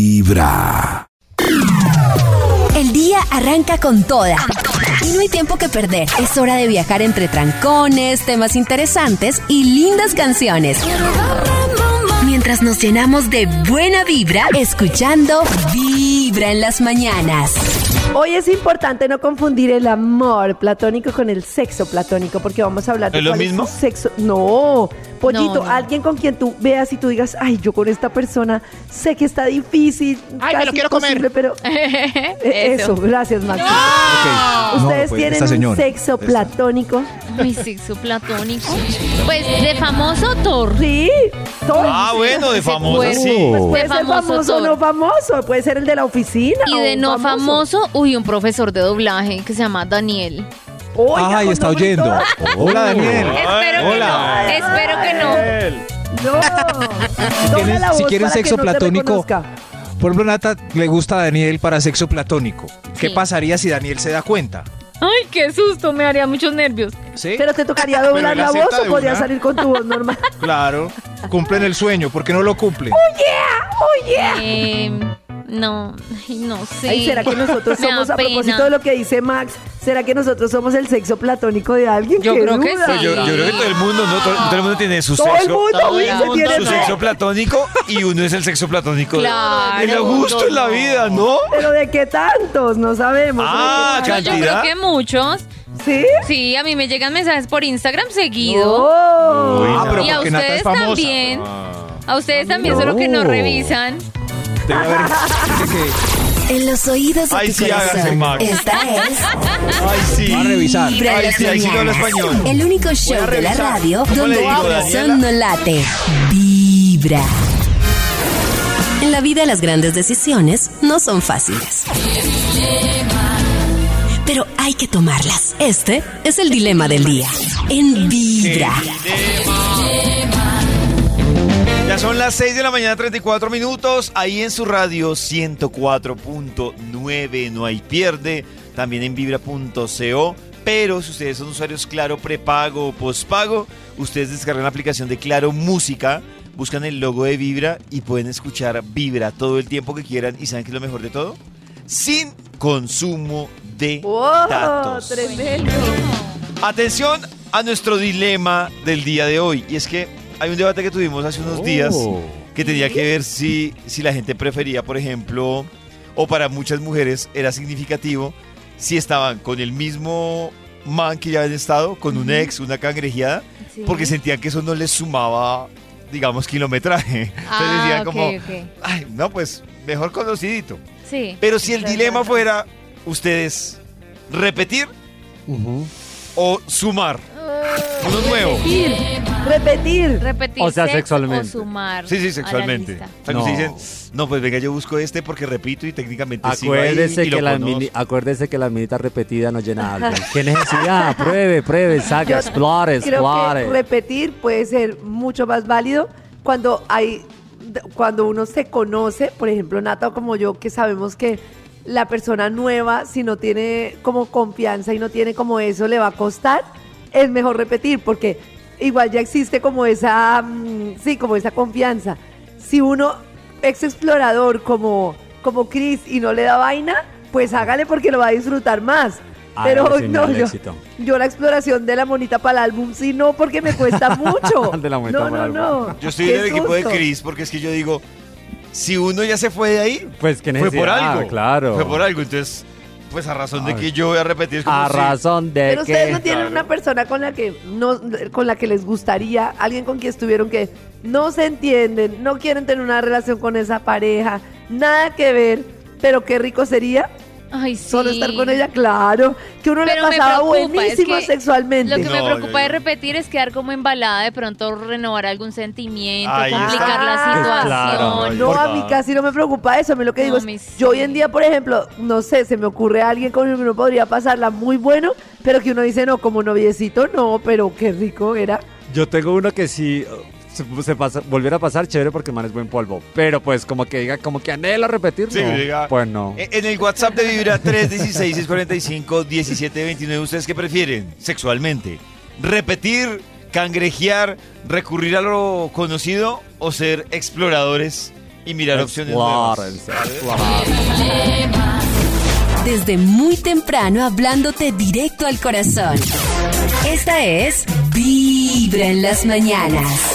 Vibra. El día arranca con toda. Y no hay tiempo que perder. Es hora de viajar entre trancones, temas interesantes y lindas canciones. Mientras nos llenamos de buena vibra, escuchando Vibra en las mañanas. Hoy es importante no confundir el amor platónico con el sexo platónico, porque vamos a hablar de ¿Es lo cuál mismo? es tu sexo. No, pollito, No, no. alguien con quien tú veas y tú digas, ay, yo con esta persona sé que está difícil, Ay, me lo quiero imposible", pero E-, Eh, eso. gracias, Max. Ok. No, Ah. Ustedes pues, tienen esta un señora. sexo Esta. platónico. Mi sexo platónico. Pues de famoso Thor. Sí, todo. Ah, bueno, de Ese famosa, cuerpo. sí. Pues puede de ser famoso famoso o Thor. no famoso, puede ser el de la oficina. Y de o no famoso, uy, un profesor de doblaje que se llama Daniel. Oiga, Ay, con está nombre y oyendo. todo. Hola, Daniel. Espero que no, espero que no. No. Dobla quieren- la si voz quieren para que sexo no te platónico, reconozca. Por ejemplo, Nata le gusta a Daniel para sexo platónico. ¿Qué Sí. pasaría si Daniel se da cuenta? Ay, qué susto, me haría muchos nervios. ¿Sí? Pero te tocaría Pero doblar él la voz acepta o de podrías una. salir con tu voz normal. Claro. Cumplen el sueño, ¿por qué no lo cumplen? Eh, no, ay, no sé. Ay, ¿Será que nosotros Me da somos, a pena. propósito de lo que dice Max, será que nosotros somos el sexo platónico de alguien? Yo ¡Qué creo que duda! sí. Pues yo, yo creo que todo el mundo, ¿no? Todo, todo el mundo tiene su Todo el sexo. mundo, todo uy, el se mundo, tiene su todo. sexo platónico y uno es el sexo platónico. de- Claro, de lo justo en la no. vida, ¿no? Pero de qué tantos, no sabemos. Ah, No, yo creo ¿Cantidad? que muchos. ¿Sí? Sí, a mí me llegan mensajes por Instagram seguido. Oh. Uy, Ah, pero y a porque Nata ustedes es famosa. Ah. también. A ustedes también, solo que no No. revisan. Debe haber gente que En los oídos de Ay, tu sí, hágase, corazón. Max. Esta es Ay, sí. va a revisar. Vibra en Ay, las sí, ahí sí no habla mañanas. español. El único show de la revisar. radio ¿Cómo donde le el digo, corazón Daniela? no late. Vibra. En la vida las grandes decisiones no son fáciles. Pero hay que tomarlas. Este es el dilema del día. En Vibra. Ya son las 6 de la mañana, 34 minutos. Ahí en su radio 104.9, no hay pierde. También en vibra.co. Pero si ustedes son usuarios Claro prepago o postpago, ustedes descargan la aplicación de Claro Música, buscan el logo de Vibra y pueden escuchar Vibra todo el tiempo que quieran. ¿Y saben qué es lo mejor de todo? Sin consumo de Wow, datos. ¡Oh! tremendo. Atención a nuestro dilema del día de hoy. Y es que hay un debate que tuvimos hace unos días Oh. Oh. que tenía que ver si, si la gente prefería, por ejemplo, o para muchas mujeres era significativo, si estaban con el mismo man que ya habían estado, con un ex, una cangrejeada, porque sentían que eso no les sumaba, digamos, kilometraje. Entonces Ah, decían ok, como, ok. ay, no, pues mejor conocidito. Sí. Pero si el Claro, dilema claro. fuera, ustedes, repetir o sumar. Uno nuevo. Repetir. Repetir O sea, sexo sexualmente. o sumar. Sí, a sí, la sexualmente. lista. O sea, que ustedes No. dicen, no, pues venga, yo busco este porque repito y técnicamente sigo ahí Acuérdese y lo que, la conozco. mini- acuérdese que la minita repetida no llena algo. ¿Qué necesidad? Ah, Pruebe, pruebe, saca, explore, Creo que explore. repetir puede ser mucho más válido cuando hay cuando uno se conoce, por ejemplo, Nata o como yo, que sabemos que la persona nueva, si no tiene como confianza y no tiene como eso, le va a costar, es mejor repetir, porque igual ya existe como esa, mm, sí, como esa confianza. Si uno, ex explorador como, como Chris, y no le da vaina, pues hágale porque lo va a disfrutar más. Hágale, Pero señor, no, el yo, éxito. yo la exploración de la monita para el álbum, sí, no, porque me cuesta mucho. De la monita no, para no, el no, álbum. Yo estoy Qué en el equipo de susto. Chris porque es que yo digo, si uno ya se fue de ahí, Pues que fue necesidad. por algo. Claro. Fue por algo. Entonces, pues a razón de Ay. que yo voy a repetir. es como A si- razón de Pero ustedes que. no tienen una persona con la que no, con la que les gustaría, alguien con quien estuvieron que no se entienden, no quieren tener una relación con esa pareja, nada que ver, pero qué rico sería Ay, sí. solo estar con ella, claro, que uno Pero le me pasaba preocupa, es buenísimo que sexualmente. Lo que me No, preocupa yo- de repetir es quedar como embalada, de pronto renovar algún sentimiento, Ahí está. complicar la Ah, situación. claro. No, a mí casi no me preocupa eso. A mí lo que No, digo a mí es, yo hoy en sí. día, por ejemplo, no sé, se me ocurre a alguien con el que uno podría pasarla muy bueno, pero que uno dice, no, como noviecito, no, pero qué rico era. Yo tengo uno que si uh, se, se pasa- volviera a pasar, chévere porque el man es buen polvo. Pero pues como que diga, como que anhela repetir. Sí, no. diga- Pues no. Eh, En el WhatsApp de Vibra 316-645-1729, ¿ustedes qué prefieren sexualmente? ¿Repetir, cangrejear, recurrir a lo conocido o ser exploradores y mirar opciones nuevas. Explórense, explórense. Desde muy temprano hablándote directo al corazón. Esta es Vibra en las mañanas.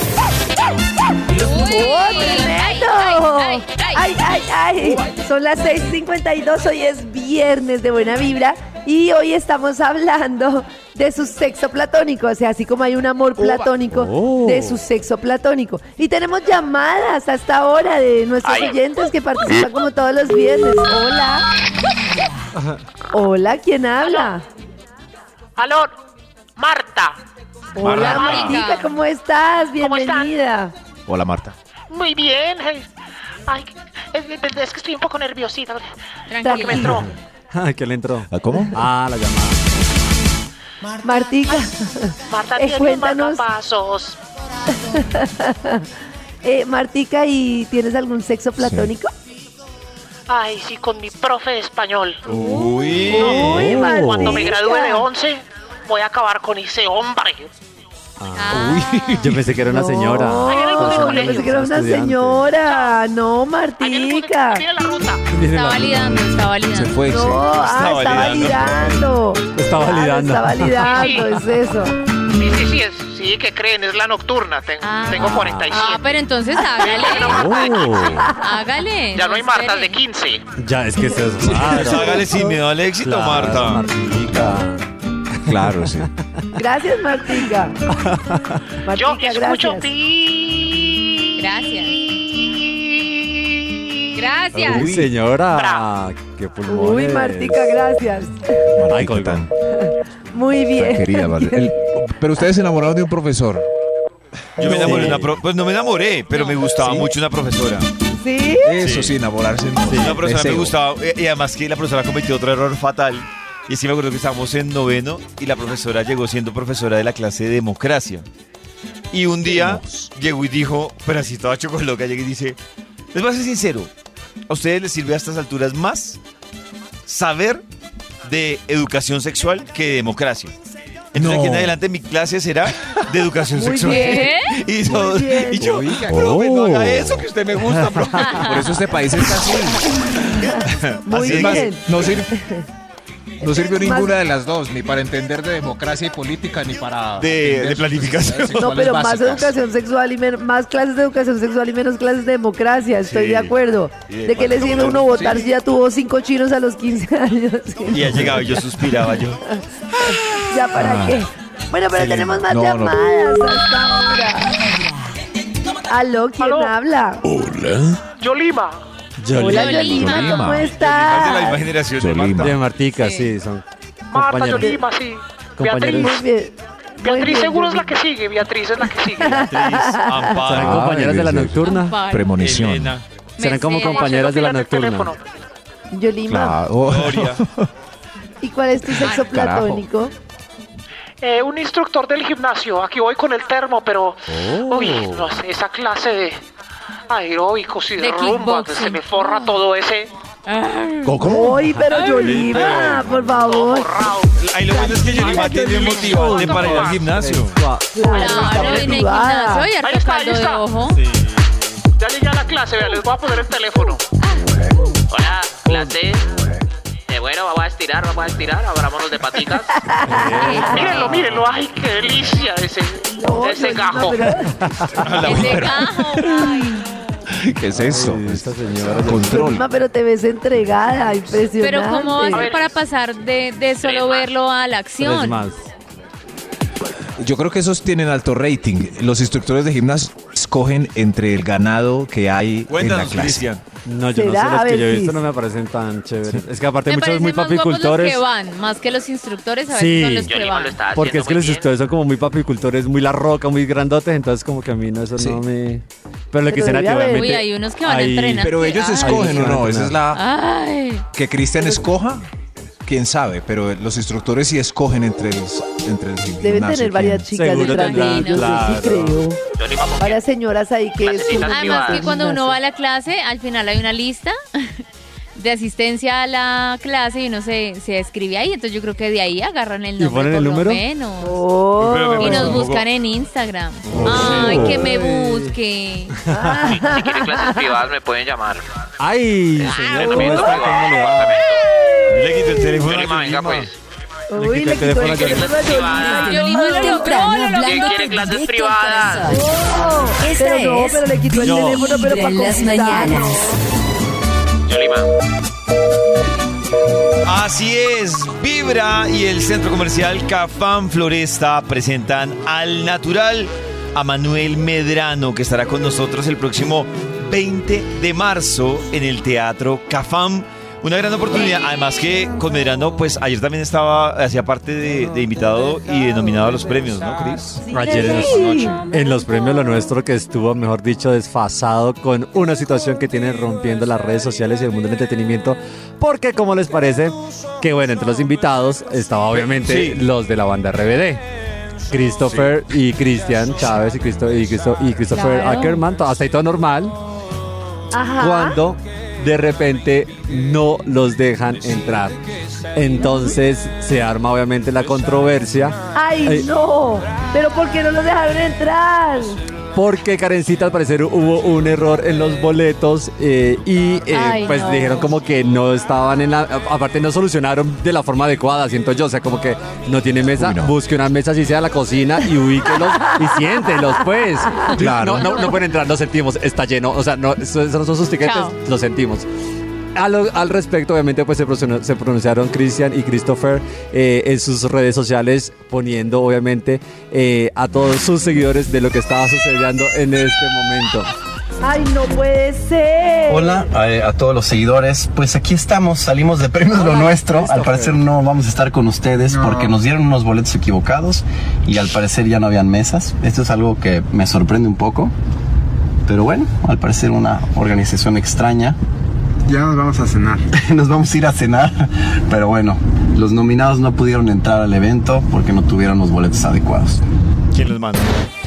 ¡Oh, ay, tremendo! ay, ay, ¡Ay, ay, ay! Son las 6:52, hoy es viernes de buena vibra y hoy estamos hablando de su sexo platónico, o sea, así como hay un amor platónico, Oh. de su sexo platónico. Y tenemos llamadas hasta ahora de nuestros oyentes que participan como todos los viernes. Hola. Hola, ¿quién habla? Aló, Marta. Hola, Marta. Martica, ¿cómo estás? ¿Cómo están? Bienvenida. Hola, Marta. Muy bien. Ay, ay, es, es- es que estoy un poco nerviosita. Tranquilo. Me entró. Ay, ¿Qué le entró? ¿Cómo? Ah, la llamada. Martica. Marta Eh, tiene cuéntanos. un pasos. Eh, Martica, ¿y tienes algún sexo platónico? Ay, sí, con mi profe de español. Uh. Uy. Uy, Oh. Martica. Cuando me gradúe de 11, voy a acabar con ese hombre. Ah. Uy, yo pensé que era una No, señora. Ay, era un yo colegio, pensé que era una estudiante. señora. No, Ay, el puto Martica. que tiene la ruta. Está validando, está validando. Se fue. No, sí. ah, está Está validando. Está Claro, validando. Está validando, es eso. Sí, sí, sí, es, sí, que creen, es la nocturna. Ten- Ah. Tengo 47. Ah, pero entonces hágale. Oh, hágale. ya no hay Martas de espere. 15. ya es que eso es Pues raro. Hágale sin miedo al éxito, Claro, Marta. Martica. Claro, sí. Gracias, Martica. Martica, Yo escucho gracias. pi. Gracias. Gracias. Uy, señora. Qué pulmón. Uy, Martica, gracias. Ay, Martica, colgó. tan, Muy tan bien. querida. Vale. El- pero ustedes se enamoraron de un profesor. Yo me enamoré de Sí. una pro- Pues no me enamoré, pero me gustaba mucho una profesora. ¿Sí? Eso sí, enamorarse. no. Una profesora me Deseo. gustaba. eh, Y además que la profesora cometió otro error fatal. Y sí me acuerdo que estábamos en noveno y la profesora llegó siendo profesora de la clase de democracia. Y un día llegó y dijo, pero así toda chocoloca, llega y dice, les voy a ser sincero, ¿a ustedes les sirve a estas alturas más saber de educación sexual que de democracia? Entonces No. aquí en adelante mi clase será de educación Muy sexual. bien. Y, todos- bien. y yo, Oiga, profe, no haga oh. eso que usted me gusta, profe. Por eso este país está así. Muy Así es. Es más, bien. no sirve, no sirvió Más- ninguna de las dos, ni para entender de democracia y política, ni para... De- entender de sus planificación. necesidades No, sexuales pero más básicas. educación sexual y men- más clases de educación sexual y menos clases de democracia. Estoy Sí. de acuerdo. Y ¿De de qué le sirve uno votar si ya tuvo cinco chinos a los 15 años? Y ha llegado, yo suspiraba yo. ¿Ya para qué? Bueno, pero tenemos más Ah. No, no. llamadas hasta ahora. Aló, ¿quién Aló. habla? Yolima. Hola, Yolima. Yolima, ¿cómo Más Yolima. de la misma estás? generación de Yolima. Marta. De Martica, sí, son Marta, compañeros. Yolima, sí. Compañeros. Beatriz. Muy bien. Muy Beatriz bien, seguro es la Yolima. que sigue. Beatriz es la que sigue. Beatriz, Serán Amparo, Ah, compañeras de la delicioso. nocturna. Amparo, Premonición. Elena, Serán como Mercedes. compañeras de la Haciendo filas en el nocturna. teléfono. Yolima, Claro. Gloria. ¿y cuál es tu sexo carajo. platónico? Eh, un instructor del gimnasio. Aquí voy con el termo, pero. Oh. Uy, no sé, esa clase de aeróbicos y de, De rumba, que kickboxing. se me Ah. forra todo ese ¿Cómo? Uy, pero Yolima, por favor. forrado. Ahí lo bueno es que Yolima tiene un motivante para ir al gimnasio. Claro, está Claro, en el motivada. gimnasio y Ahí está, ahí arrancando de está. ojo. Ya llegué a la clase, vean, les voy a poner el teléfono. Hola, clase. Eh, bueno, vamos a estirar, vamos a estirar, abrámonos de patitas. mírenlo, mírenlo, ay, qué delicia ese, No, ese Yolima, gajo. pero- Ese gajo. ay. ¿Qué es eso? Esta señora. Control. Yolima, pero te ves entregada, impresionante. Pero ¿cómo A hace ver. para pasar de, de solo verlo a la Tres acción? más. Yo creo que esos tienen alto rating. Los instructores de gimnasio escogen entre el ganado que hay en Cuéntanos, la clase. Cristian. No, yo no ¿Será? sé, los A ver, que yo he visto Cris. no me parecen tan chéveres. Este Es que aparte Me muchos parecen muy más guapos los papicultores. que van, más que los instructores, a veces Sí. son los Yo que digo, van. lo Ah, estaba Porque es que los haciendo muy instructores son como muy papicultores, muy la roca, muy grandotes, entonces como que a mí no, eso Sí. no me... Pero lo que Pero será debe que haber. obviamente... Uy, hay unos que van a hay- entrenar. Pero ellos Ay. escogen o no, esa es la... Ay, Que Cristian escoja, quién sabe, pero los instructores sí escogen entre el, entre el Deben gimnasio, tener ¿quién? varias chicas Seguro detrás de tendrán, ellos, yo sí claro. creo. bien. Yo le iba a copiar. Varias señoras ahí que... Las sufren chicas por Además privadas. que cuando uno gimnasio. va a la clase, al final hay una lista de asistencia a la clase y uno se, se escribe ahí. Entonces yo creo que de ahí agarran el ¿Y nombre. ponen por el lo número? menos. Oh. Pero me Y parece nos un poco- buscan en Instagram. Ay, que me busque. Si quieren clases privadas me pueden llamar. ¡Ay, señor! Tratamientos ¿cómo está? privados, ¿Cómo le va? apartamento. Le quito el teléfono. a Yolima, venga Yolima. pues. Le Uy, quité le el quitó el teléfono a Yolima. teléfono a Yolima. Yo ni Muy lo temprano logró, lo hablando logró. ¿Quién quiere clases directo al privadas? corazón. Esta Pero no, es pero le quitó el Vibra teléfono, pero para en las conquistar. mañanas. Yolima. Así es, Vibra y el centro comercial Cafán Floresta presentan al natural a Manuel Medrano, que estará con nosotros el próximo 20 de marzo en el Teatro Cafam. Una gran oportunidad, además que con Medrano, pues ayer también estaba, hacía parte de, de invitado y denominado a los premios, ¿no, Cris? Ayer en la noche, en los premios lo nuestro que estuvo, mejor dicho, desfasado con una situación que tiene rompiendo las redes sociales y el mundo del entretenimiento, porque como les parece, que bueno, entre los invitados estaba obviamente Sí. los de la banda RBD. Christopher y Cristian Chávez y, Cristo, y, Cristo- y Christopher Claro. Ackerman, todo- hasta ahí todo normal, Ajá. cuando de repente no los dejan entrar. Entonces se arma obviamente la controversia. Ay, Ay. no. Pero ¿por qué no lo dejaron entrar? Porque Karencita al parecer hubo un error en los boletos eh, y eh, Ay, pues no. dijeron como que no estaban en la... a- Aparte no solucionaron de la forma adecuada, siento yo. O sea, como que no tiene mesa, Uy, no. busque una mesa si sea la cocina y ubíquelos y siéntelos pues. Claro. No, no, no pueden entrar, lo sentimos, está lleno. O sea, no, esos esos no son sus tiquetes, Chao. lo sentimos. A lo- al respecto, obviamente, pues se, pronun- se pronunciaron Christian y Christopher eh, en sus redes sociales, poniendo obviamente eh, a todos sus seguidores de lo que estaba sucediendo en este momento. Ay, no puede ser. Hola eh, a, a todos los seguidores. Pues aquí estamos, salimos de Premios Lo Nuestro. Al parecer no vamos a estar con ustedes porque nos dieron unos boletos equivocados y al parecer ya no habían mesas. Esto es algo que me sorprende un poco. Pero bueno, al parecer una organización extraña. Ya nos vamos a cenar. Nos vamos a ir a cenar. Pero bueno, los nominados no pudieron entrar al evento porque no tuvieron los boletos adecuados. ¿Quién los manda?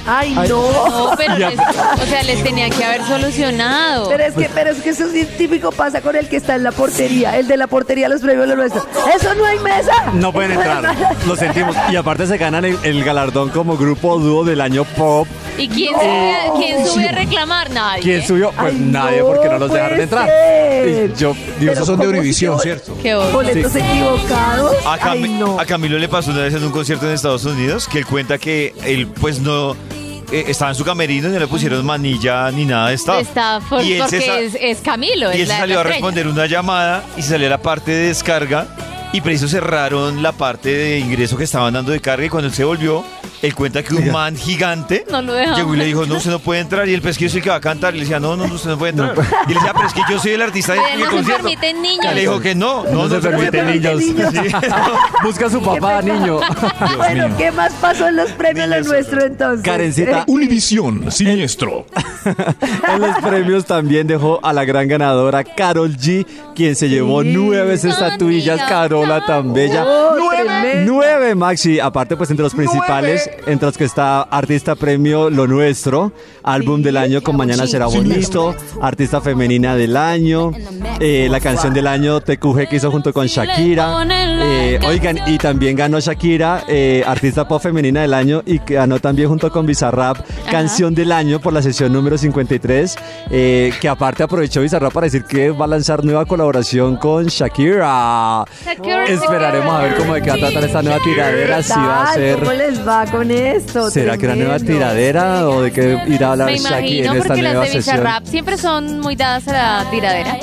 Ay, no. No, pero les- o sea, les tenía que haber solucionado. Pero es, que, pero es que eso sí típico pasa con el que está en la portería. El de la portería los premios lo nuestro. ¡Eso no hay mesa! No pueden entrar, lo sentimos. Y aparte se ganan el, el galardón como grupo dúo del año pop. ¿Y quién sube, a- quién sube a reclamar? Nadie. ¿Quién subió? Pues Ay, nadie, no porque no los dejaron puede entrar. ser. Y yo digo, Pero Esos son de ¿cómo Univisión, si- ¿cierto? Qué bobo. Boletos equivocados. A, Cami- Ay, no. a Camilo le pasó una vez en un concierto en Estados Unidos que él cuenta que él pues no eh, estaba en su camerino y no le pusieron manilla ni nada de staff. Está for- y él se porque sa- es, es Camilo. y es él se la- salió la a estrella. responder una llamada y se salió la parte de descarga y preciso cerraron la parte de ingreso que estaban dando de carga y cuando él se volvió, él cuenta que un man gigante No lo dejaba. llegó y le dijo, no, usted no puede entrar y el pesquillo es el que va a cantar y le decía, no, no, no, usted no puede entrar. Y él decía, pero es que yo soy el artista de Pero mi no se concierto. permiten Y niños. le dijo que no, No no, se permiten niños. Busca a su papá, niño. bueno, ¿qué más pasó en los premios lo Niños, nuestro entonces? Karencita, Univisión, siniestro. En los premios también dejó a la gran ganadora Carol G, quien se llevó Sí. nueve estatuillas. Amiga, Carola tan bella. Oh, nueve, tremendo. nueve, Maxi. Aparte, pues entre los principales, entre los que está artista premio Lo Nuestro, álbum del año con Mañana será bonito, artista femenina del año, eh, la canción del año TQG que hizo junto con Shakira. Eh, oigan, y también ganó Shakira, eh, artista pop femenina del año, y que ganó también junto con Bizarrap, canción del año por la sesión número 53, eh, que aparte aprovechó Bizarrap para decir que va a lanzar nueva colaboración con Shakira. Shakira, Esperaremos a ver cómo de qué va a tratar esta nueva tiradera, si va a Tal, ser... ¿Cómo les va con esto? ¿Será que la nueva Tremendo. tiradera o de qué irá a hablar Me Shakira imagino en esta porque las nueva de sesión? Bizarrap siempre son muy dadas a la tiradera.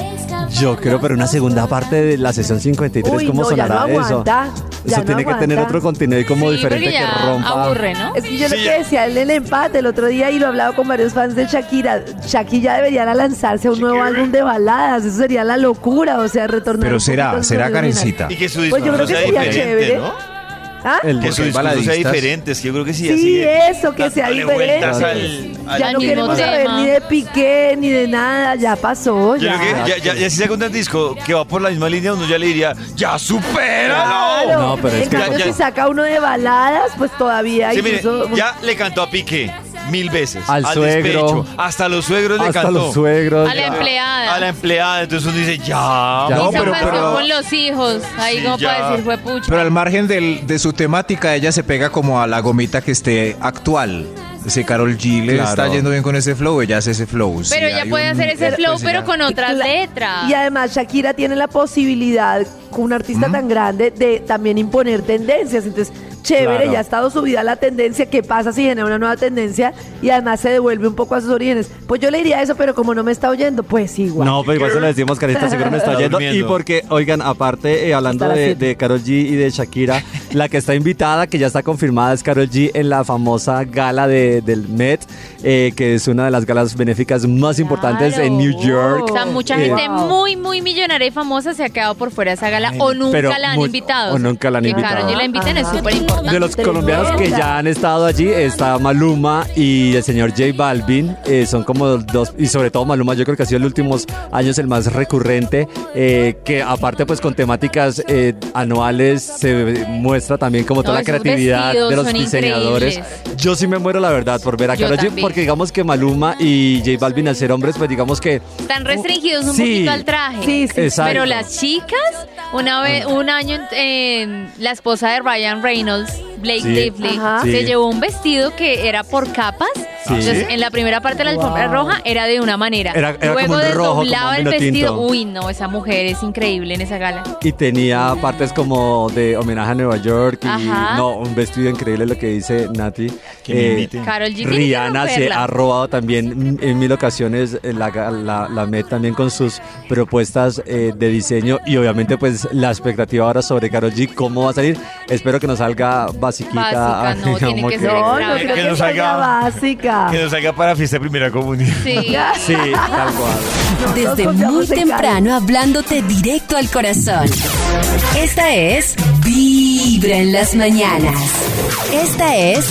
Yo creo, pero una segunda parte de la sesión 53, Uy, ¿cómo no, ya sonará no eso? aguanta, ya eso no tiene que tener aguanta. otro contenido como Sí, diferente porque ya que rompa. aburre, ¿no? Es que yo Sí, lo que ya. decía en el empate el otro día y lo hablaba con varios fans de Shakira. Shakira debería lanzarse a un nuevo álbum de baladas. Eso sería la locura. O sea, retornar. Pero un poquito será, a su será original. Karencita. y que su Pues yo discurso creo que sea sería diferente, chévere. ¿no? ¿Ah? El Que su Porque hay discurso sea baladistas. diferente, es que yo creo que sí, así Sí, de- eso, que sea dándole diferente. vueltas al- Ya al no mismo queremos saber tema. ni de Piqué ni de nada. Ya pasó. Yo Ya. creo que ya, ya- ya si saca un disco que va por la misma línea, uno ya le diría, ¡ya supéralo! Claro. No, pero es en que- cambio, Ya- si ya- saca uno de baladas, pues todavía Sí, mire, incluso- ya le cantó a Piqué. mil veces. Al suegro. despecho, hasta a los suegros le Hasta cantó. los suegros. A la empleada. A la empleada. Entonces uno dice, ya. Ya. Y No, esa pero- canción pero- con los hijos. Ahí Sí, como ya. para decir fue pucha. Pero al margen del- de su temática, ella se pega como a la gomita que esté actual. Ese Carol G le Claro. está yendo bien con ese flow, ella hace ese flow. Pero Sí, ella hay puede un- hacer ese flow, pues pero ella- con otras Cla- letras. Y además Shakira tiene la posibilidad, con un artista tan grande, de también imponer tendencias. Entonces, chévere, Claro. ya ha estado subida la tendencia. ¿Qué pasa si genera una nueva tendencia? Y además se devuelve un poco a sus orígenes. Pues yo le diría eso, pero como no me está oyendo, pues igual. No, pero igual se lo decimos, Carita, seguro no está Está oyendo. Y durmiendo. porque, oigan, aparte, eh, hablando Hasta las de, siete. de Carol G y de Shakira, la que está invitada, que ya está confirmada, es Carol G en la famosa gala de- del Met, eh, que es una de las galas benéficas más importantes en New York. O sea, mucha Eh, gente Wow. muy, muy millonaria y famosa se ha quedado por fuera de esa gala o nunca pero la han mu- invitado. o nunca la han que invitado. Karol G la inviten es Ajá. súper importante. De los colombianos que ya han estado allí está Maluma y el señor J Balvin. eh, son como dos, y sobre todo Maluma, yo creo que ha sido en los últimos años el más recurrente, eh, que aparte pues con temáticas eh, anuales se muestra también como toda No, la esos creatividad de vestidos los son diseñadores. increíbles. Yo sí me muero la verdad por ver a Yo Karol G, también. porque digamos que Maluma y J Balvin al ser hombres, pues digamos que... Están restringidos un Sí. poquito al traje. Sí, sí. Exacto. Pero las chicas, una vez, un año en, en la esposa de Ryan Reynolds, Blake Sí. Lively, Ajá. se Sí. llevó un vestido que era por capas. Sí. Entonces, en la primera parte de la alfombra Wow. roja era de una manera. Era- era Luego como un rojo, como desdoblaba un el vino vestido. tinto. Uy, no, esa mujer es increíble en esa gala. Y tenía partes como de homenaje a Nueva York y Ajá. no, un vestido increíble lo que dice Nati. eh, Que me inviten. Karol G tiene que Rihanna se romperla. ha robado también en mil ocasiones eh, la, la, la Met también con sus propuestas eh, de diseño y obviamente pues la expectativa ahora sobre Karol G, cómo va a salir. Espero que nos salga basiquita. Básica, no, tiene como que ser No, no Que creo que, nos sea haga- una básica. Que nos salga para fiesta de primera comunión. Sí. Sí, tal cual. Nos Desde confiamos muy en Karen. temprano hablándote directo al corazón. Esta es Vibra en las mañanas. Esta es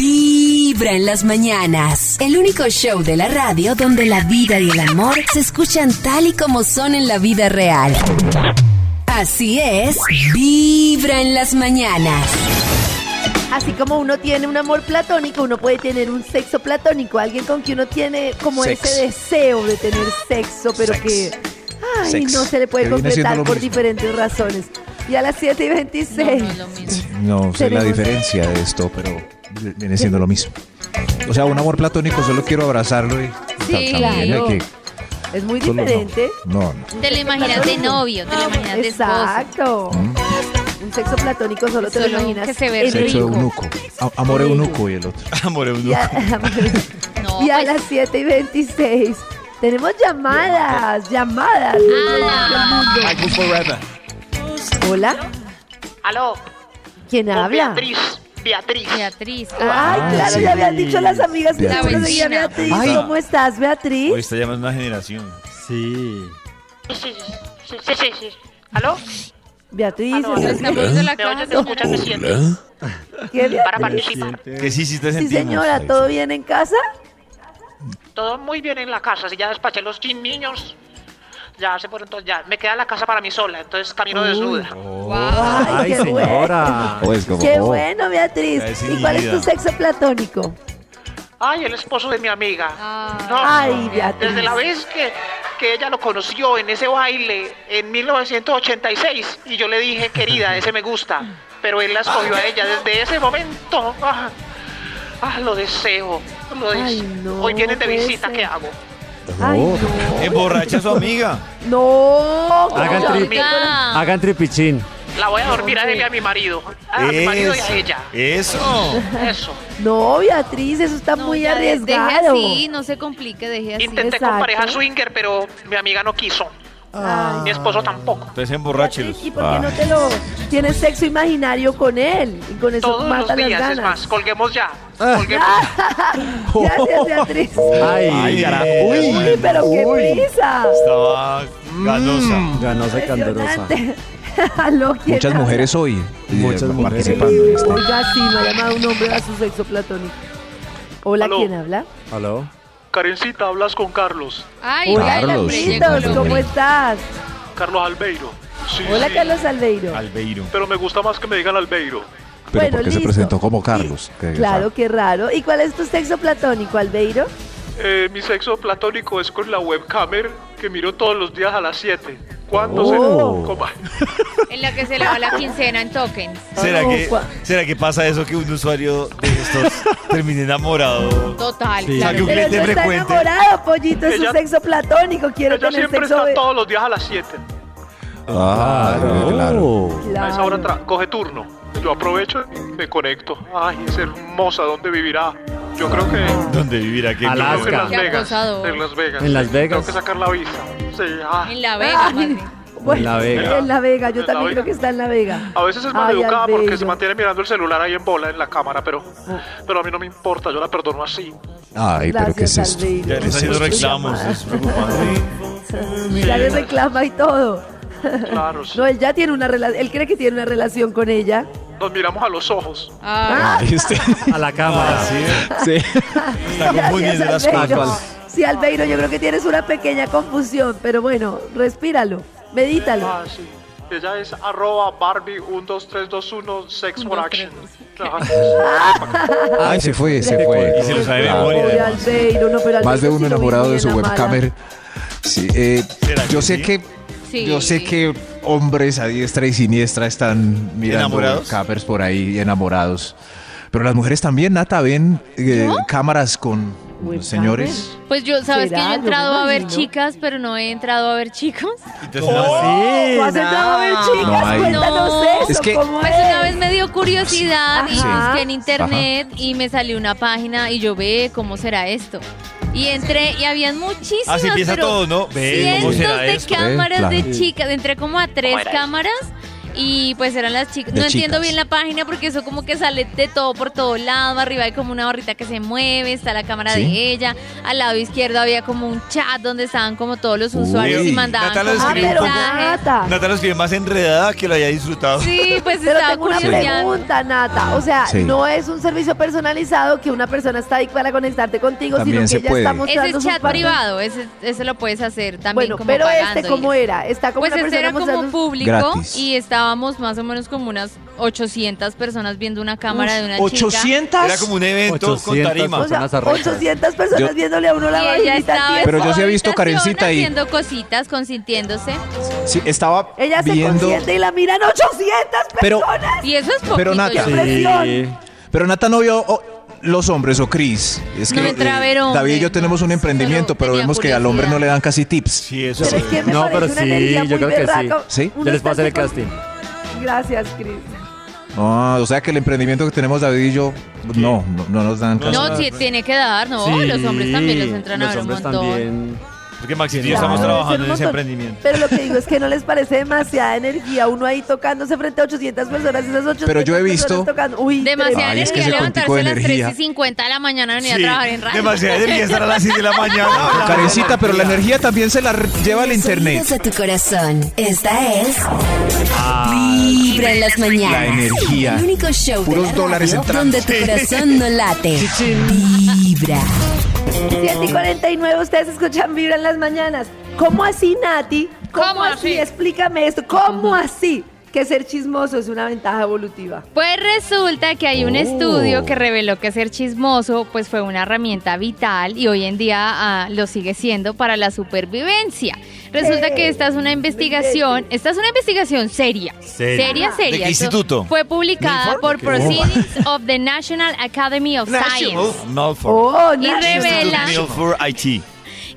Vibra en las mañanas. El único show de la radio donde la vida y el amor se escuchan tal y como son en la vida real. Así es, Vibra en las mañanas. Así como uno tiene un amor platónico, uno puede tener un sexo platónico, alguien con quien uno tiene como Sex. ese deseo de tener sexo, pero Sex. que ay, Sex. no se le puede Que viene siendo completar lo por mismo. diferentes razones. Y a las 7 y 26. No, no es lo mismo. No sé la Tenemos- diferencia de esto, pero viene siendo lo mismo. O sea, un amor platónico solo quiero abrazarlo y Sí, tam- también claro. hay que- es muy solo no. diferente. No, no. Te lo imaginas de novio, te lo imaginas de esposo. Exacto. Un sexo platónico solo te lo Solo imaginas. que se ve en Mm. Sexo Rico. eunuco. A- Amor eunuco y el otro. Amor, un Y a, No, y a pues, las 7 y 26. Tenemos llamadas, llamadas. Ah. Hola, Aló, ¿quién con habla? Beatriz. Beatriz. Beatriz. Ay, Ah, claro, sí. ya habían dicho las amigas que Beatriz. no conocía a Beatriz. Ay. ¿Cómo estás, Beatriz? Hoy está llamando una generación. Sí. Sí, sí, sí, sí, sí. ¿Aló? Beatriz, Ah, no, ¿estás Estamos bien? de la Te oye, caja. te escuchas, te siento. ¿Qué, Beatriz? Para participar. Que sí, sí te Sí, sentimos. señora, ¿todo bien en casa? Todo muy bien en la casa. si Ya despaché los 15 niños. Ya se fueron todos. Ya me queda la casa para mí sola. Entonces camino desnuda. Ay, qué señora. O es como, Qué oh, bueno, Beatriz. Ay, sí, ¿Y cuál es tu vida. sexo platónico? Ay, el esposo de mi amiga. Ah. No, Ay, Beatriz. desde la vez que, que ella lo conoció en ese baile en 1986 y yo le dije, querida, ese me gusta, pero él la escogió a ella desde ese momento. Ah, ah, lo deseo. Lo des- Ay, no, Hoy vienes de puede visita, ser. ¿qué hago? Ay, Oh. Emborracha a su amiga. no. No. Hagan, Hola, tri- amiga. Ah. hagan tripichín. La voy a dormir a él y a mi marido. A mi Ah, marido y a ella. Eso. Eso. No, Beatriz, eso está No, muy ya de- Deje arriesgado. así, no se complique, deje así. Intenté exacto. con pareja swinger, pero mi amiga no quiso. Mi esposo tampoco. Entonces Beatriz, emborráchelos. ¿Y por qué no te lo tienes sexo imaginario con él? Y con eso Todos mata los las días, es más, ganas. Ah. colguemos ya. Colguemos. Gracias, Beatriz. Ay, Ay, carajo. Uy, pero qué prisa. Estaba Ah, ganosa. Mm. Ganosa y candorosa. Impresionante. Aló, ¿quién Muchas habla? mujeres hoy eh, Muchas mujeres. participando en esta. Oiga, sí, no ha llamado un hombre a su sexo platónico. Hola, Aló. ¿quién habla? ¿Aló? Karencita, hablas con Carlos. Ay, Uy, ya el Carlos. hombre llegó, Carlitos, el hombre. ¿cómo estás? Carlos Albeiro. Sí, Hola, sí, Carlos Albeiro. Albeiro. Ah, Pero me gusta más que me digan Albeiro. Pero Bueno, porque se listo. presentó como Carlos. que- Claro, qué raro. ¿Y cuál es tu sexo platónico, Albeiro? Eh, mi sexo platónico es con la webcamer que miro todos los días a las 7. ¿Cuándo Oh. se coma? En la que se le va la quincena en tokens. ¿Será, no, que, cua- ¿Será que pasa eso que un usuario de estos termine enamorado? Total, Sí. Saque claro. un Pero él cliente no está frecuente. enamorado, pollito, es Ella- un sexo platónico, quiere Ella tener siempre sexo. está ve- todos los días a las 7. Ah, claro. Oh. A esa hora Claro. tra- coge turno. Yo aprovecho y me conecto. Ay, es hermosa, ¿dónde vivirá? Yo creo que ¿Dónde vivirá? ¿Qué creo que en Las Qué Vegas. acosador. En Las Vegas. En Las Vegas. Tengo que sacar la visa. Sí, ah. En la Vega, más bien. Bueno, En La Vega. En La Vega, yo En La también Vega. creo que está en La Vega. A veces es Ay, maleducada porque se Albeiro. Ah. mantiene mirando el celular ahí en bola en la cámara, pero, pero a mí no me importa, yo la perdono así. Ay, pero ¿qué es Gracias, esto? Albeiro. Ya le está haciendo reclamos. es preocupante. Ya le reclama y todo. Claro, sí. No, él ya tiene una relación, él cree que tiene una relación con ella. Nos miramos a los ojos. Ah, Ay, usted- A la cámara. sí. Está confundiendo Gracias, las Albeiro. cosas. Sí, Albeiro, yo creo que tienes una pequeña confusión, pero bueno, respíralo, medítalo. Ah, sí. Ella es arroba Barbie 12321 Sex for Action. Ah, Ay, se fue, se fue. Y se lo sabe de Ah. memoria. Pobre además. Albeiro, no, pero Más de Albeiro sí uno lo enamorado vive de su bien, amada. webcamer. Sí, eh, ¿Será que yo sé sí? que sí. yo sé que hombres a diestra y siniestra están mirando ¿Enamorados? webcamers por ahí enamorados. Pero las mujeres también, Nata, ven eh, cámaras con Webcamer. señores. Pues yo, ¿sabes que ¿Será? Yo he Yo me entrado a ver imagino. chicas, pero no he entrado a ver chicos. Entonces, Oh, ¿Tú has entrado a ver chicas? No hay. Cuéntanos No. eso, Es que- ¿cómo Pues es? una vez me dio curiosidad y Sí. busqué en internet y me salió una página y yo ve cómo será esto. Y entré y habían muchísimas, Así empieza pero todo, ¿no? Ve, ¿cómo cientos será de esto? cámaras Claro. de chicas, entré como a tres ¿Cómo era cámaras y pues eran las chicas. De no entiendo chicas. bien la página porque eso como que sale de todo por todo lado, arriba hay como una barrita que se mueve, está la cámara Sí. de ella, al lado izquierdo había como un chat donde estaban como todos los usuarios Uy. y mandaban Nata lo como Ah, escribí un pero poco. mensajes. Nata, Natalia lo escribe más enredada que lo haya disfrutado. Sí, pues Pero estaba tengo una curioseando. pregunta, Nata. O sea, Sí. no es un servicio personalizado que una persona está ahí para conectarte contigo, También sino que se ella puede. está Ese es mostrando Ese es sus chat partes. privado, ese, ese lo puedes hacer también Bueno, como pero pagando este, y ¿cómo eso. era? Está como Pues una este persona era como mostrando sus- público Gratis. y estábamos más o menos como unas 800 personas viendo una cámara de una chica. Era como un evento con 800 tarima. O sea, Personas arrechas. 800 personas Yo- viéndole a uno la Y ella vaginita al estaba tiempo. Pero yo sí he visto en su Karencita ahí. habitación haciendo cositas, consintiéndose. Sí, estaba Ella se viendo. consiente y la miran 800 Pero- personas. Y eso es poquito. Pero Nata- yo Sí. creo. presión. Pero Nata no vio oh, los hombres o Cris. Es que eh, No entré a ver hombres, David y yo no. tenemos un emprendimiento, Solo pero tenía vemos que al curiosidad. hombre no le dan casi tips. Sí, eso Pero es que me No, parece pero una sí, energía yo muy creo que sí. berraca. ¿Sí? Uno Yo les puedo hacer el está casting. así como- Gracias, Cris. Ah, o sea que el emprendimiento que tenemos David y yo, no, no, no nos dan casi. No, sí, tiene que dar, no, Sí, los hombres también los entran a los ver un hombres montón. también. Porque Max y yo Claro. estamos Debe ser un trabajando en ese montón. emprendimiento. Pero lo que digo es que no les parece demasiada energía uno ahí tocándose frente a 800 personas, esas 800 Pero yo he visto- personas tocando. Uy, Demasiada Ay, es que energía ese levantarse cuentico de a las energía. 3 y 50 de la mañana a venir a trabajar en radio. demasiada energía estar a las 6 de la mañana. Karencita, pero la energía también se la r- lleva el Los internet. oídos a tu corazón. Esta es Ah, Vibra en las mañanas. La energía. El único show de Puros la radio dólares entrando. donde tu corazón no late. Vibra. 7 y 49, ustedes escuchan Vibra en las mañanas. ¿Cómo así, Nati? ¿Cómo, ¿Cómo así? así? Explícame esto. ¿Cómo así? Que ser chismoso es una ventaja evolutiva. Pues resulta que hay un Oh. estudio que reveló que ser chismoso pues fue una herramienta vital y hoy en día ah, lo sigue siendo para la supervivencia. Resulta que esta es una investigación, esta es una investigación seria. Seria. Seria, ¿De seria. qué Esto instituto? Fue publicada ¿Milford? por ¿Qué? Proceedings of the National Academy of Science Milford. Oh, Y revela- Bella. Milford IT.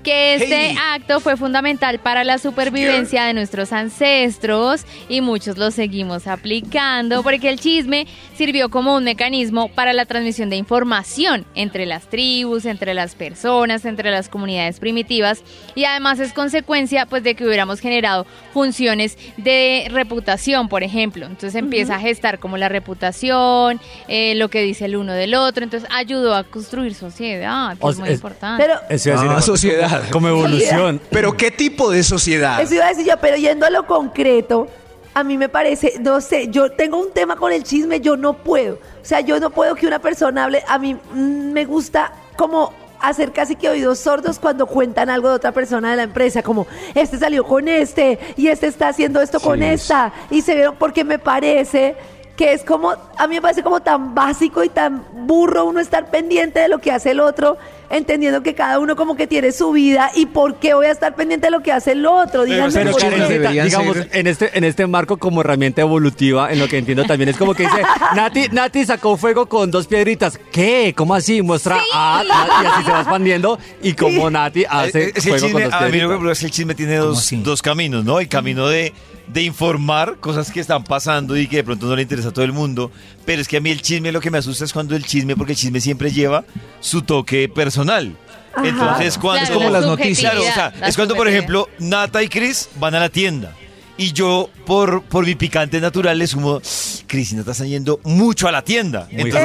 que este Hey. acto fue fundamental para la supervivencia de nuestros ancestros y muchos lo seguimos aplicando porque el chisme sirvió como un mecanismo para la transmisión de información entre las tribus, entre las personas, entre las comunidades primitivas y además es consecuencia pues de que hubiéramos generado funciones de reputación, por ejemplo. Entonces empieza a gestar como la reputación, eh, lo que dice el uno del otro, entonces ayudó a construir sociedad, que O es sea, muy es- importante. Pero eso iba a Ah, decir, como- sociedad. Como evolución. Pero qué tipo de sociedad. eso iba a decir yo, pero yendo a lo concreto, a mí me parece, no sé, yo tengo un tema con el chisme, yo no puedo. O sea, yo no puedo que una persona hable, a mí mm, me gusta como hacer casi que oídos sordos cuando cuentan algo de otra persona de la empresa, como este salió con este y este está haciendo esto con Sí. esta y se vieron porque me parece que es como, a mí me parece como tan básico y tan burro uno estar pendiente de lo que hace el otro, entendiendo que cada uno como que tiene su vida y por qué voy a estar pendiente de lo que hace el otro. Díganme Pero por que qué. necesita, deberían digamos, ser- en este, en este marco como herramienta evolutiva, en lo que entiendo también, es como que dice, Nati, Nati sacó fuego con dos piedritas. ¿Qué? ¿Cómo así? Muestra ah, ah, y así se va expandiendo. Y como Nati hace Eh, es que el fuego chisme, con dos a mí lo que me piedritas. preocupa es que el chisme tiene dos, así? dos caminos, ¿no? El camino de, de informar cosas que están pasando y que de pronto no le interesa a todo el mundo. Pero es que a mí el chisme lo que me asusta es cuando el chisme, porque el chisme siempre lleva su toque personal. Ajá. Entonces, cuando. Es como las noticias. Claro, o sea, subjetividad, la es cuando, por subjetividad. ejemplo, Nata y Chris van a la tienda. Y yo, por, por mi picante natural, le sumo, Chris y Nata están yendo mucho a la tienda. Es de mucho,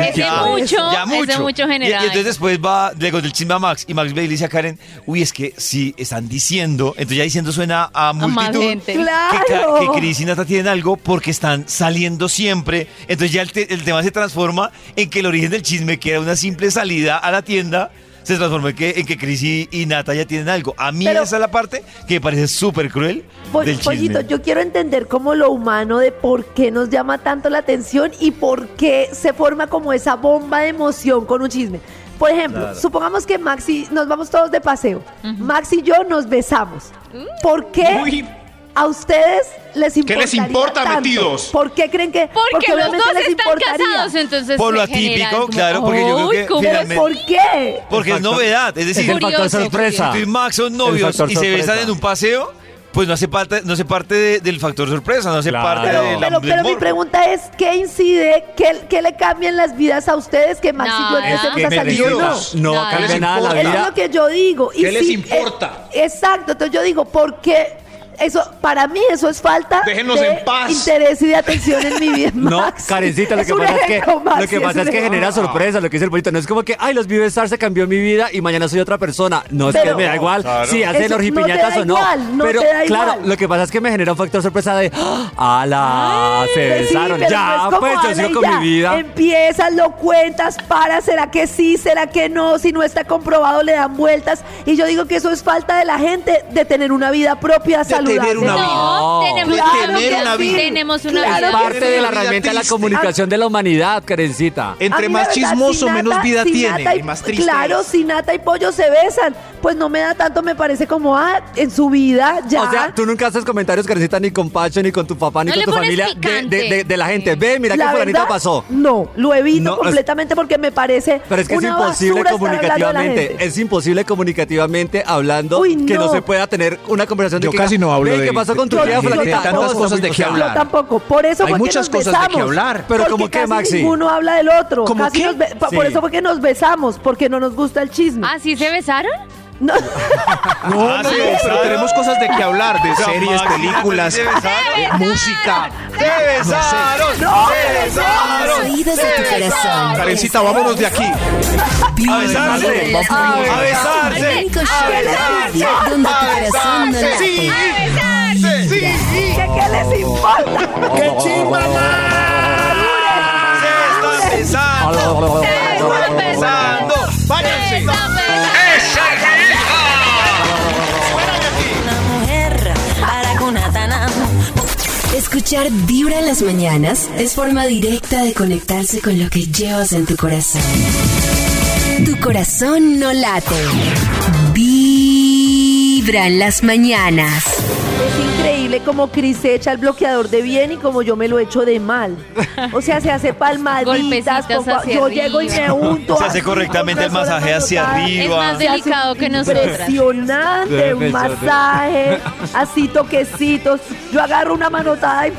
es de mucho Y- general. Y, entonces después va, le conté el chisme a Max. Y Max ve y le dice a Karen, uy, es que sí, están diciendo. Entonces ya diciendo suena a más multitud. gente. que Ka- Claro. Que, Chris y Nata tienen algo porque están saliendo siempre. Entonces ya el, te- el tema se transforma en que el origen del chisme, que era una simple salida a la tienda, se transformó en que, en que Chris y, y Nata ya tienen algo. A mí Pero- esa es la parte que me parece súper cruel Po- del chisme. Pollito, yo quiero entender cómo lo humano de por qué nos llama tanto la atención y por qué se forma como esa bomba de emoción con un chisme. Por ejemplo, supongamos que Maxi, nos vamos todos de paseo. Max y yo nos besamos. Mm. ¿Por qué Uy. a ustedes les importa? ¿Qué les importa, metidos? ¿Por qué creen que? Porque, los obviamente dos les están importaría. casados, entonces Por lo se genera atípico, como, claro, porque yo creo "Uy, que ¿cómo finalmente- ¿Por qué? Eh, Porque es Exacto. novedad. Es Es decir, el factor Curioso, sorpresa. tú y Max son novios factor y se besan sorpresa. en un paseo, pues no hace parte, no hace parte de- del factor sorpresa, no hace Claro. parte Pero- de la, Pero, del pero mi morbo. pregunta es, ¿qué incide? ¿Qué, qué le cambian las vidas a ustedes que Max y yo Nada. Este empecemos Es a que salir o no? metidos. No Nada. cambia ¿Qué nada la les Eso es vida. lo que yo digo. Y ¿Qué les sí, importa? eh, exacto. Entonces yo digo, ¿por qué? Eso, para mí eso es falta Déjenos de en paz. interés y de atención en mi vida. No, Max. Karencita, lo Es que un pasa es que, ejemplo, Max, lo que, es pasa un es que ejemplo. genera sorpresa, lo que dice el bonito. No es como que, ay, los vive Star se cambió mi vida y mañana soy otra persona. No, es Pero- que me da igual Claro. si hacen Eso no te orgipiñatas da o no. igual, no pero, te da claro, igual. lo que pasa es que me genera un factor sorpresa de, ¡ah! ala, Pues Se sí, besaron. pero no es ya, como pues yo Ana sigo y con ya. Em, mi vida. Empiezas, lo cuentas, para, ¿será que sí? ¿Será que no? Si no está comprobado, le dan vueltas. Y yo digo que eso es falta de la gente de tener una vida propia, saludable. tener una vida. No, No. tenemos Claro una que vida. sí. Tenemos una Claro vida. Es que parte sí. de la Vida herramienta de la triste. comunicación de la humanidad, Karencita. Entre A mí, más la Ah, verdad, chismoso, si Nata- menos vida si tiene. Nata y más triste. Claro, es. si Nata y Pollo se besan, pues no me da tanto, me parece como, ah, en su vida, ya. O sea, tú nunca haces comentarios, Karencita, ni con Pacho, ni con tu papá, ni No con le tu pones familia de, picante. de- de- de la gente. Ve, mira La qué fulanita verdad, pasó. No, lo evito No, es- completamente porque me parece. Pero es que es una imposible basura estar hablando de la comunicativamente. gente. Es imposible comunicativamente hablando Uy, que no no. se pueda tener una conversación de Yo que casi no hablo "Ve, de- ¿Qué pasó con tu de- tía de- de flaquita?" tantas No, cosas de o qué sea, hablar. Yo tampoco. Por eso Hay fue muchas que cosas nos de besamos. qué hablar. Pero Porque ¿cómo qué, casi Maxi? Ninguno habla del otro. ¿Cómo Casi qué? nos be- pa- Sí. Por eso fue que nos besamos, porque no nos gusta el chisme. ¿Así se besaron? No. No, Ah, no, sí, pero claro. tenemos cosas de qué hablar, de O sea, series, Max y Nata películas, se besaron. eh, música. ¡Se besaron! ¡Se Los besaron! oídos de tu corazón. Karencita, vámonos de aquí. ¡A besarse! ¡A besarse! Show de la radio, donde tu corazón no late. Sí, sí, sí. ¿Qué, qué les importa? ¡Qué chimba, ¡Se están Ah, besando! ¡Se están besando! ¡Váyanse! Escuchar Vibra en las mañanas es forma directa de conectarse con lo que llevas en tu corazón. Tu corazón no late. Vibra en las mañanas. Es increíble como Cris se echa el bloqueador de bien y como yo me lo echo de mal. O sea, se hace palmaditas. Golpecitos con cua- hacia yo arriba. llego y me unto. Se hace así, correctamente con el una sola masaje mano hacia cada- Es arriba. más delicado que nosotras. Impresionante, un masaje, así toquecitos. Yo agarro una manotada y,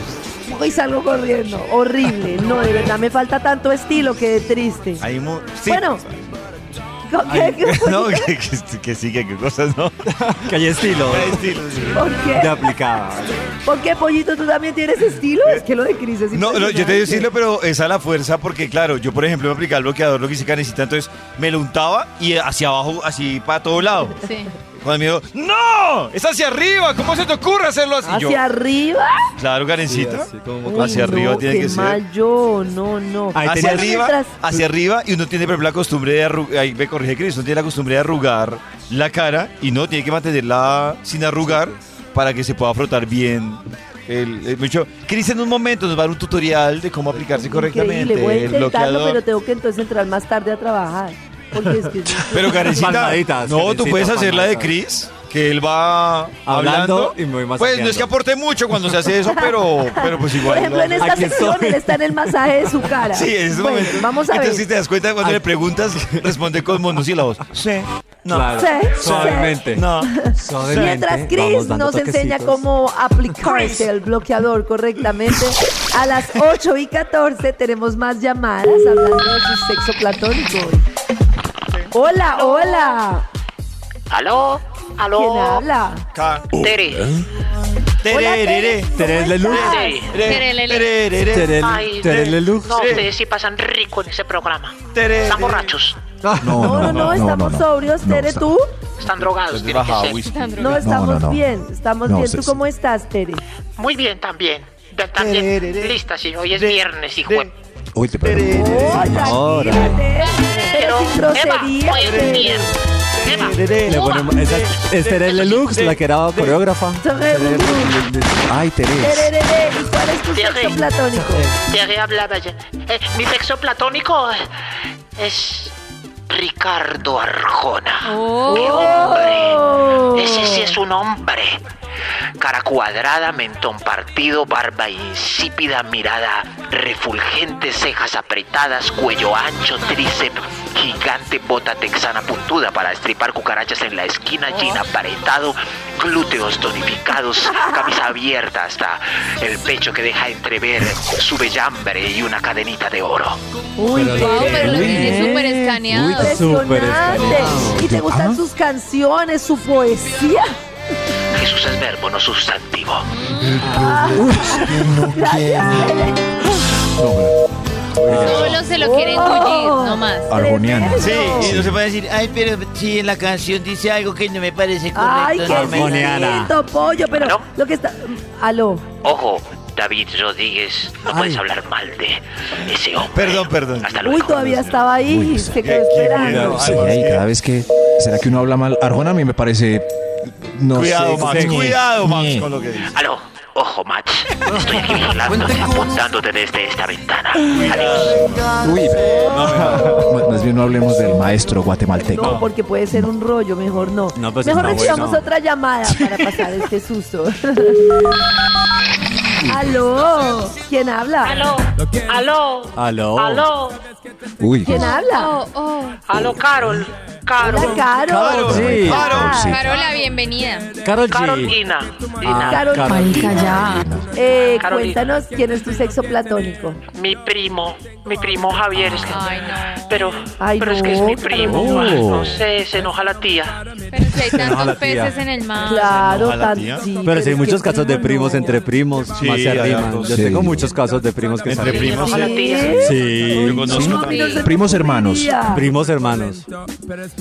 y salgo corriendo. Horrible. No, de verdad me falta tanto estilo que triste. Hay mu- sí. Bueno, ¿con qué- No, que, que, que sí, que, que cosas, ¿no? Que hay estilo ¿por de qué? aplicada. ¿Por qué, pollito? ¿Tú también tienes estilo? Es que lo de Cris es No, no, yo te voy a decirlo, impresionante. pero es a la fuerza porque, claro, yo, por ejemplo, me aplicaba el bloqueador, lo que hice Karencita, entonces me lo untaba y hacia abajo, así para todo lado. Sí. Cuando me dijo, ¡No! ¡Es hacia arriba! ¿Cómo se te ocurre hacerlo así? Yo, ¿Hacia arriba? claro, Karencita. Uy, hacia arriba no, tiene qué que ser. mal yo, no, no. Ahí hacia tenía- Pues arriba, mientras- hacia arriba, y uno tiene, por ejemplo, la costumbre de arrugar, ahí me corrige Cris, uno tiene la costumbre de arrugar la cara y no, tiene que mantenerla sin arrugar para que se pueda frotar bien El, el mucho- Cris en un momento nos va a dar un tutorial de cómo aplicarse correctamente Increíble, voy a el intentarlo, bloqueador. pero tengo que entonces entrar más tarde a trabajar. Porque es que Pero Karencita, Palmaditas, no, tú Karencita, puedes hacer la de palmaditas. Chris, que él va hablando. Hablando y me voy pues no es masajeando. que aporte mucho cuando se hace eso, pero, pero pues Por igual. ejemplo, lo- en esta sección él está en el masaje de su cara. Sí, en ese Bueno, momento. Vamos a ver. Entonces, si te das cuenta, cuando le preguntas, responde con monosílabos. Sí. No. Claro, Sí, suavemente. No. Mientras Chris nos enseña cómo aplicarse el bloqueador correctamente, a las 8 y 14 tenemos más llamadas hablando de su sexo platónico. Hola, hola. Aló, aló. ¿Quién habla? Ca- Tere. Tererere. Terelelú. Tere. Tererere. Ay, Terelelú. No, ustedes sí pasan rico en ese programa. Tererere. Están borrachos, No, No, no, no, estamos sobrios. Tere, está- ¿tú? están drogados. tiene que Baja ser. whisky. No, estamos no, no. bien, estamos No, bien. sí, ¿Tú sí. cómo estás, Tere? Muy bien también. Ya También lista, sí. Hoy es viernes, hijo. de- Uy, te perdí. Oh, tranquila, Ahora. Tere. Pero Pero, sin Eva, grosería, hoy es Tere. viernes. Eva, Le suba. ponemos- esa- este es Terelelux, la que era coreógrafa. Ay, Terés. Tererere, ¿y cuál es tu Tere. sexo platónico? Llegué a hablar ayer. Eh, mi sexo platónico es Ricardo Arjona. Oh, ¡Qué hombre! Ese sí es un hombre. Cara cuadrada, mentón partido, barba insípida, mirada refulgente, cejas apretadas, cuello ancho, tríceps gigante, bota texana puntuda para estripar cucarachas en la esquina, jean aparentado, glúteos tonificados, camisa abierta hasta el pecho que deja entrever su bellambre y una cadenita de oro. Uy, ¿eh? pues, Wow, pero lo tiene Tere. súper escaneado. Uy, Súper Impresionante. escaneado. Y te gustan sus canciones, su poesía. Jesús es verbo, no sustantivo. Solo se lo quieren oh. engullir, no más. Argoniano. Sí, y no se puede decir, ay, pero si en la canción dice algo que no me parece correcto. Ay, qué Armoniana. lindo pollo, pero ¿Aló? lo que está. Aló. Ojo, David Rodríguez, no puedes hablar mal de ese hombre. Perdón, perdón. Hasta luego. Uy, todavía estaba ahí, se quedó qué esperando. Sí, ahí cada vez que. ¿Será que uno habla mal? Arjona a mí me parece. No Cuidado, sé, Max. ñe, Cuidado, Max, ñe. con lo que dice. Aló, ojo, Max. Estoy aquí vigilando y apuntándote desde esta ventana. Adiós. Uy, ma- más bien no hablemos del maestro No, guatemalteco. porque puede ser un rollo, mejor no. No, pues mejor está recibamos bueno. otra llamada para pasar este susto. Aló, ¿quién habla? Aló, aló, Oh. Aló. aló, Uy, ¿Quién habla? Oh, oh. aló, Carol, Hola, Carol, Caro. Caro, sí. ¿cómo estás? Carola, bienvenida. Carol Carol, G. Ina, Ina. Caro, Carolina. eh, Carolina. cuéntanos quién es tu sexo platónico. Ah. mi primo, mi primo Javier, es que, Ay, no. pero, Ay, pero es no, que es mi primo, Carol. Ay, no sé, se enoja la tía. Pero si hay No, la tantos tía. peces en el mar. Claro, enoja la tan- tía. sí, Pero si hay es muchos que casos de primos no. entre primos, Sí, más se hay arriman. hartos. Yo Sí. tengo muchos casos de primos que Entre se Se primos. enoja la Sí. tía. arriman. Sí, Yo conozco Sí. también. primos hermanos. primos hermanos.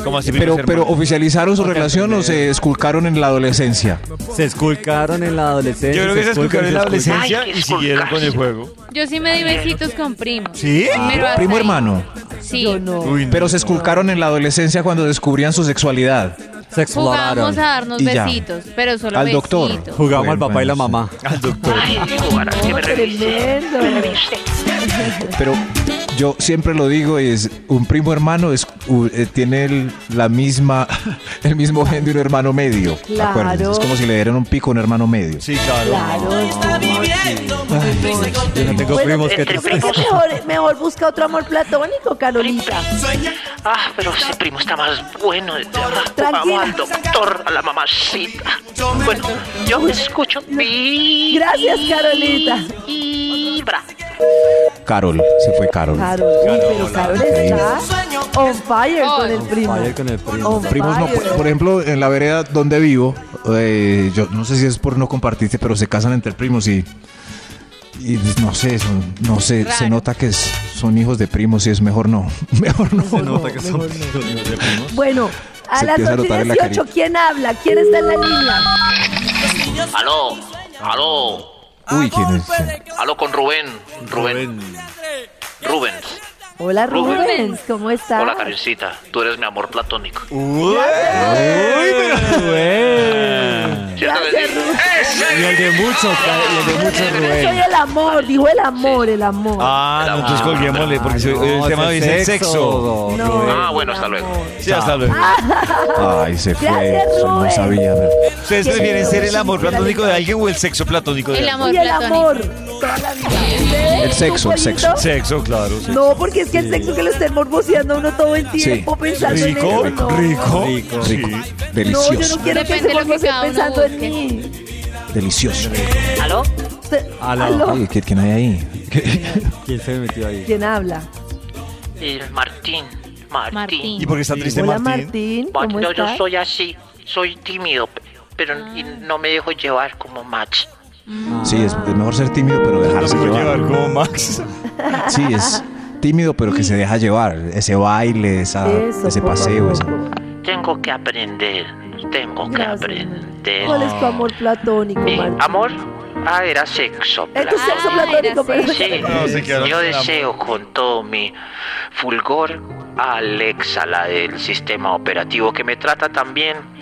¿Cómo así, Pero, primos pero hermanos? oficializaron su relación o se esculcaron en la adolescencia. Se esculcaron en la adolescencia. Yo creo que se esculcaron en esculcan, la se esculcan. adolescencia Ay, qué y siguieron con el esculcarse. juego. Yo sí me di besitos con primos. ¿Sí? Pero hasta Primo ahí. hermano. Sí. Yo no. Uy, no. Pero se esculcaron en la adolescencia cuando descubrían su sexualidad. Se Jugamos exploraron. a darnos Y ya. besitos, pero solo Al besitos. doctor. Jugamos al Bueno, papá y la bueno, sí. mamá. Al doctor. Ay, ahora que me revise. Tremendo. Me revise. Pero yo siempre lo digo, es un primo hermano es, u- eh, tiene el, la misma, el mismo gen de un hermano medio. Claro. Acuérdense, Es como si le dieran un pico a un hermano medio. Sí, claro. Claro. Yo no tengo Bueno, primos que entre Pues que mejor, mejor busca otro amor platónico, Carolita. Ah, pero ese primo está más bueno. Ah, Tranquila. Vamos al doctor, a la mamacita. Bueno, yo me escucho. Vibra. Gracias, Carolita. Vibra. Carol, se fue Carol. Carol, uy, pero Carol está on fire Oh, con el primo. Vaya con el primo. On Primos no, fire. por, por ejemplo, en la vereda donde vivo, eh, yo no sé si es por no compartirte, pero se casan entre primos y, y no sé, son- no sé, Raro. se nota que es- son hijos de primos y es mejor no, mejor no. Se nota que son primos de primos. Bueno, a Se las empieza a 8 notar y en la 18, carita. ¿quién habla? ¿Quién está en la línea? Aló, aló, Uy, ¿quién es? aló con Rubén. Rubén, Ah, Rubén. Hola, Rubén. Rubens, ¿cómo estás? Hola, Karencita. Tú eres mi amor platónico. Uy, pero- ¿Cierto que sí? ¡Ese Y el de muchos, y el de muchos, Soy Rubén. el amor, dijo el amor, el amor. Ah, no, entonces colguémosle, porque soy- el tema no, ese de hoy es el sexo, sexo. No. Rubén. Ah, bueno, hasta luego. Sí, hasta luego. Ay, se fue. Gracias, No Rubén. sabía. pero- ¿Ustedes prefieren ser el amor platónico de alguien o el sexo platónico de El alguien? amor Y el platónico. amor. toda la vida. El sexo, el sexo. ¿Tu pollito? Sexo, claro. sí. No, porque es que el sexo que lo estén morboseando a uno todo el tiempo pensando en Rico, eso. no. rico, Rico, sí. rico. No, yo no Delicioso. quiero que Depende se de lo que morboseen cada uno pensando en busque. mí. Delicioso. ¿Aló? Usted- Aló. ¿Aló? Oye, ¿qué- ¿Quién hay ahí? ¿Qué- ¿Quién se metió ahí? ¿Quién habla? Y Martín. Martín. Martín. ¿Y por qué está triste Hola Eh, Martín? Martín, ¿cómo Bueno, yo estás? Ah. soy así. Soy tímido, pe- pero y no me dejo llevar como Max. Sí, es, es mejor ser tímido, pero No se dejarse puede llevar llevar. como Max. Sí, es tímido, pero que se deja llevar. Ese baile, esa- Eso, ese poco a paseo. esa- poco. Tengo que aprender. Tengo que Gracias. aprender. ¿Cuál es tu amor platónico, Mi Martín? amor, ah, era sexo. Es tu sexo Ay, platónico, gracias. perdón. Sí, No, se quedaron yo sin amor. deseo con todo mi fulgor a Alexa, la del sistema operativo, que me trata también.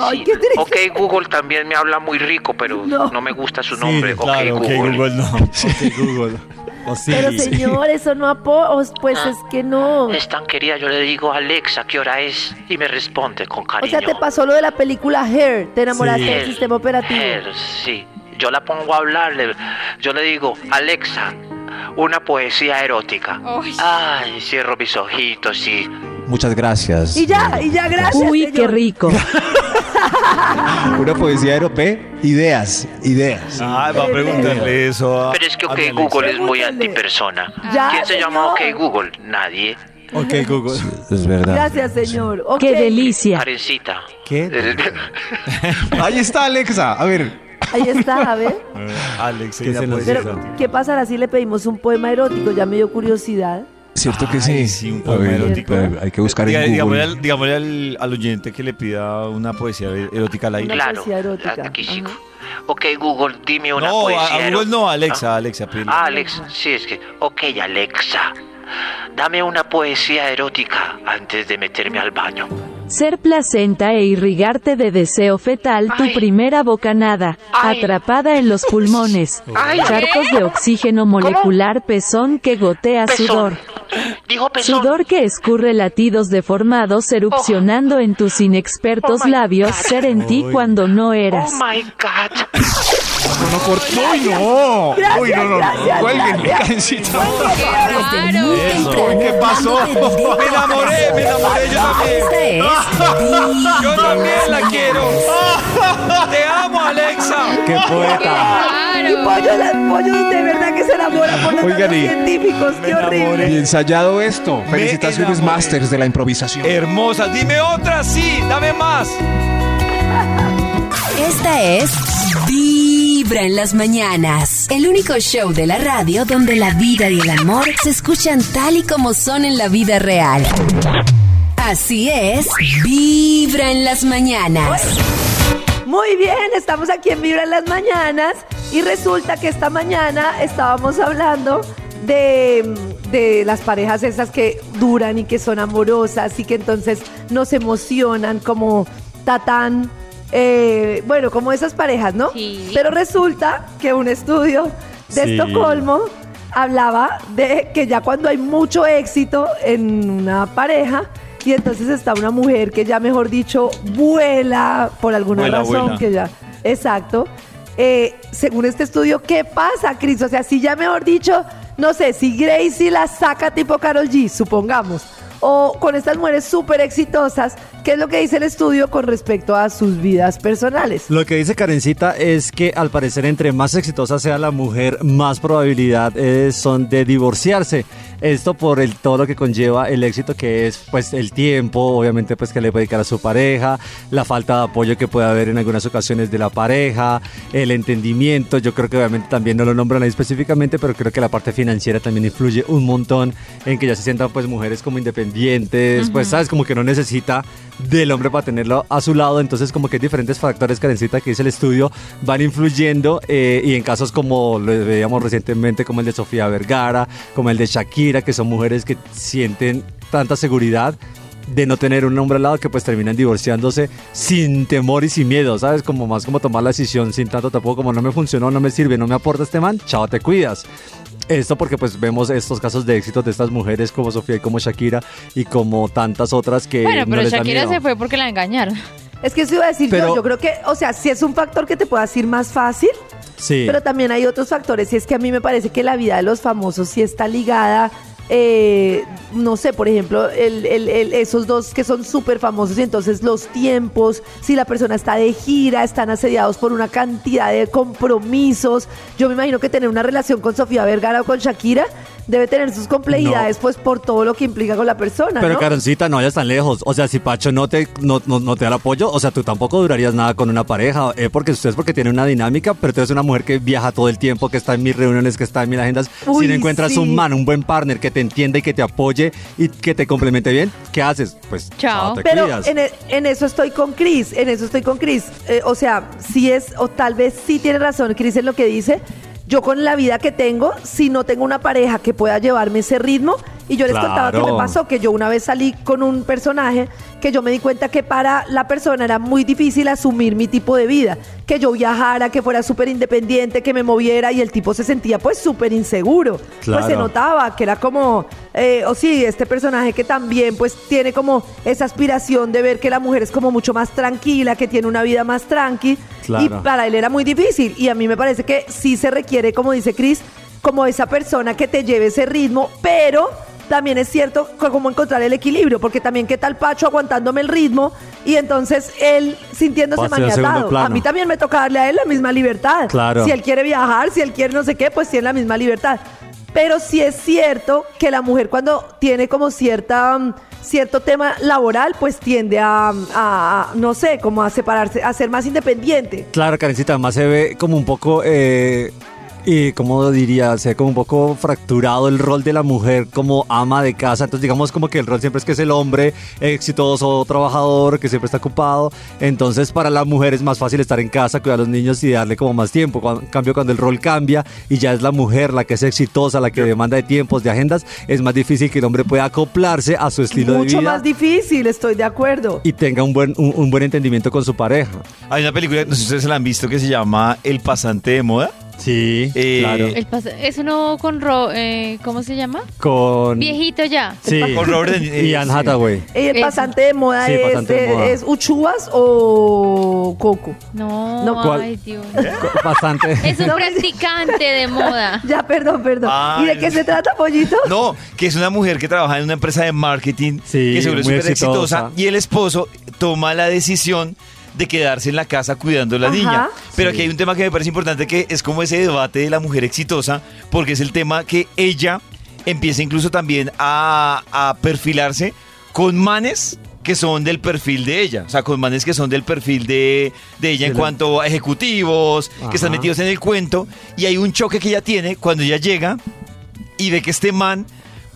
Ay, Sí, qué triste. ok, Google también me habla muy rico, pero No. no, me gusta su nombre. ok, claro, ok, Google. Google no. Ok, Google. O sí. Pero señor, eso no apoyos, pues es que no. Ah. Es tan querida, yo le digo Alexa, ¿qué hora es? Y me responde con O cariño. sea, te pasó lo de la película Hair, te enamoraste del Her, sistema operativo. her, sí. Yo la pongo a hablarle. Yo le digo, Alexa, una poesía erótica. Oh. Ay. Ah, Ay, cierro mis ojitos y Muchas gracias. Y ya, y ya, gracias. Uy, señor. qué rico. Una poesía europea. Ideas, ideas. Ah, va a preguntarle eso a. Pero es que a OK mi Alexa. Google es muy Pregúntale. antipersona. Ya, ¿Quién se llama OK señor. Google? Nadie. Ok, Google. Es verdad. Gracias, señor. Ok. Qué delicia. Karencita. ¿Qué? Ahí está Alexa. A ver. Ahí está, a ver. Alexa, Que y la se nos poesía. Pero, ¿qué pasará si le pedimos un poema erótico? Ya me dio curiosidad. Cierto que Ay, sí. sí, un A poema ver, erótico. pero Hay que buscar Diga- en digámosle Google. al, digámosle al- al oyente que le pida una poesía e- erótica al aire. Una claro. poesía erótica. Aquí chico. OK Google, dime una No, a, poesía a Google erótica. no, a Alexa, a Alexa. pídele. Ah, Alexa. Sí, es que OK Alexa. Dame una poesía erótica antes de meterme al baño. Ser placenta e irrigarte de deseo fetal tu Ay. primera bocanada, Ay. atrapada en los pulmones, Ay. charcos de oxígeno molecular pezón que gotea Pezón. sudor, Dijo pezón. sudor que escurre latidos deformados erupcionando en tus inexpertos Oh my labios God. ser en ti cuando no Oh eras. my God. ¡Uy, no! Gracias, ¡Uy, no, no! gracias, ¡Cuélguenme, gracias. cancita! este Claro. ¿Qué pasó? Me enamoré, me enamoré yo también. Esta es Yo también la quiero. Te amo, Alexa. ¡Qué poeta! Y Claro. pollo, la- pollo de verdad que se enamora por los Oigan, datos y- científicaciones. Qué horrible. Y ensayado esto. Felicitaciones, enamoré. masters de la improvisación. Hermosa, dime otra, sí, dame más. Esta es Vibra en las mañanas. El único show de la radio donde la vida y el amor se escuchan tal y como son en la vida real. Así es, Vibra en las mañanas. Muy bien, estamos aquí en Vibra en las Mañanas y resulta que esta mañana estábamos hablando de, de las parejas esas que duran y que son amorosas y que entonces nos emocionan como tatán, eh, bueno, como esas parejas, ¿no? Sí. Pero resulta que un estudio de Sí. Estocolmo hablaba de que ya cuando hay mucho éxito en una pareja, y entonces está una mujer que ya, mejor dicho, vuela por alguna Vuela, razón vuela. que ya. Exacto. Eh, según este estudio, ¿qué pasa, Cris? O sea, si ya, mejor dicho, no sé, si Gracie la saca tipo Carol G, supongamos, o con estas mujeres súper exitosas, ¿qué es lo que dice el estudio con respecto a sus vidas personales? Pues, Lo que dice Karencita es que al parecer entre más exitosa sea la mujer, más probabilidad eh, son de divorciarse. Esto por el, todo lo que conlleva el éxito que es pues el tiempo, obviamente pues que le puede dedicar a su pareja, la falta de apoyo que puede haber en algunas ocasiones de la pareja, el entendimiento, yo creo que obviamente también no lo nombran ahí específicamente, pero creo que la parte financiera también influye un montón en que ya se sientan pues mujeres como independientes, pues sabes, como que no necesita del hombre para tenerlo a su lado, entonces como que diferentes factores, Karencita, que dice el estudio, van influyendo eh, y en casos como lo veíamos recientemente, como el de Sofía Vergara, como el de Shakira, que son mujeres que sienten tanta seguridad de no tener un hombre al lado que pues terminan divorciándose sin temor y sin miedo, ¿sabes? Como más como tomar la decisión sin tanto tampoco como no me funcionó, no me sirve, no me aporta este man, chao, te cuidas. Esto porque pues vemos estos casos de éxito de estas mujeres como Sofía y como Shakira y como tantas otras que... bueno, Eh, no pero les da Shakira miedo. se fue porque la engañaron. Es que eso iba a decir Pero- yo. Yo creo que, o sea, si es un factor que te puedas ir más fácil, Sí. pero también hay otros factores. Y es que a mí me parece que la vida de los famosos sí está ligada. eh, no sé, por ejemplo, el- el- el- esos dos que son súper famosos y entonces los tiempos, si la persona está de gira, están asediados por una cantidad de compromisos. Yo me imagino que tener una relación con Sofía Vergara o con Shakira debe tener sus complejidades, pues por todo lo que implica con la persona. Pero ¿no? Karencita, no vayas tan lejos. O sea, si Pacho no te, no, no- no te da el apoyo, o sea, tú tampoco durarías nada con una pareja. eh, porque ustedes porque tiene una dinámica, pero tú eres una mujer que viaja todo el tiempo, que está en mis reuniones, que está en mis agendas. Uy, si no encuentras sí. un man, un buen partner que te entienda y que te apoye y que te complemente bien, ¿qué haces? Pues chao, te Pero cuidas. en, e- en eso estoy con Chris, en eso estoy con Chris. Eh, o sea, si es, o tal vez sí tiene razón Chris en lo que dice. Yo con la vida que tengo, si no tengo una pareja que pueda llevarme ese ritmo, y yo les contaba que me Claro. pasó, que yo una vez salí con un personaje que yo me di cuenta que para la persona era muy difícil asumir mi tipo de vida, que yo viajara, que fuera súper independiente, que me moviera, y el tipo se sentía pues súper inseguro. Pues se Claro. notaba notaba, que era como, eh, o sí, este personaje que también pues tiene como esa aspiración de ver que la mujer es como mucho más tranquila, que tiene una vida más tranqui. Claro. Y para él era muy difícil. Y a mí me parece que sí se requiere, como dice Chris, como esa persona que te lleve ese ritmo, pero también es cierto co- como encontrar el equilibrio, porque también qué tal Pacho aguantándome el ritmo y entonces él sintiéndose Pase a segundo maniatado. A plano. mí también me toca darle a él la misma libertad. Claro. Si él quiere viajar, si él quiere no sé qué, pues tiene la misma libertad. Pero sí es cierto que la mujer cuando tiene como cierta mm, cierto tema laboral, pues tiende a, a- a, no sé, como a separarse, a ser más independiente. Claro, Karencita, además se ve como un poco, eh, y como diría, se ve como un poco fracturado el rol de la mujer como ama de casa. Entonces, digamos como que el rol siempre es que es el hombre exitoso, trabajador, que siempre está ocupado. Entonces, para la mujer es más fácil estar en casa, cuidar a los niños y darle como más tiempo. Cuando- En cambio, cuando el rol cambia y ya es la mujer la que es exitosa, la que demanda de tiempos, de agendas, es más difícil que el hombre pueda acoplarse a su estilo de Mucho vida. más difícil, estoy de acuerdo. Y tenga un buen, un- un buen entendimiento con su pareja. Hay una película, no sé si ustedes la han visto, que se llama El pasante de moda. Sí, eh, claro. El pas- es uno con Ro- eh, ¿cómo se llama? Con... Viejito ya. Mm. Sí. Con Robert De- y Anne Hathaway. ¿Y el Eso. pasante de moda, Sí, es, pasante de eh, moda. es Uchuvas o Coco? No, No. ay, Dios. ¿Eh? Bastante. Es un practicante de moda. Ya, perdón, perdón. ¿Y de qué se trata, pollito? No, que es una mujer que trabaja en una empresa de marketing Sí, que seguro es muy súper exitosa. exitosa. Y el esposo toma la decisión de quedarse en la casa cuidando a la Ajá. niña. Pero Sí. aquí hay un tema que me parece importante que es como ese debate de la mujer exitosa, porque es el tema que ella empieza incluso también a, a perfilarse con manes que son del perfil de ella, o sea, con manes que son del perfil de, de ella en la- cuanto a ejecutivos, que están Ajá. metidos en el cuento, y hay un choque que ella tiene cuando ella llega y ve que este man,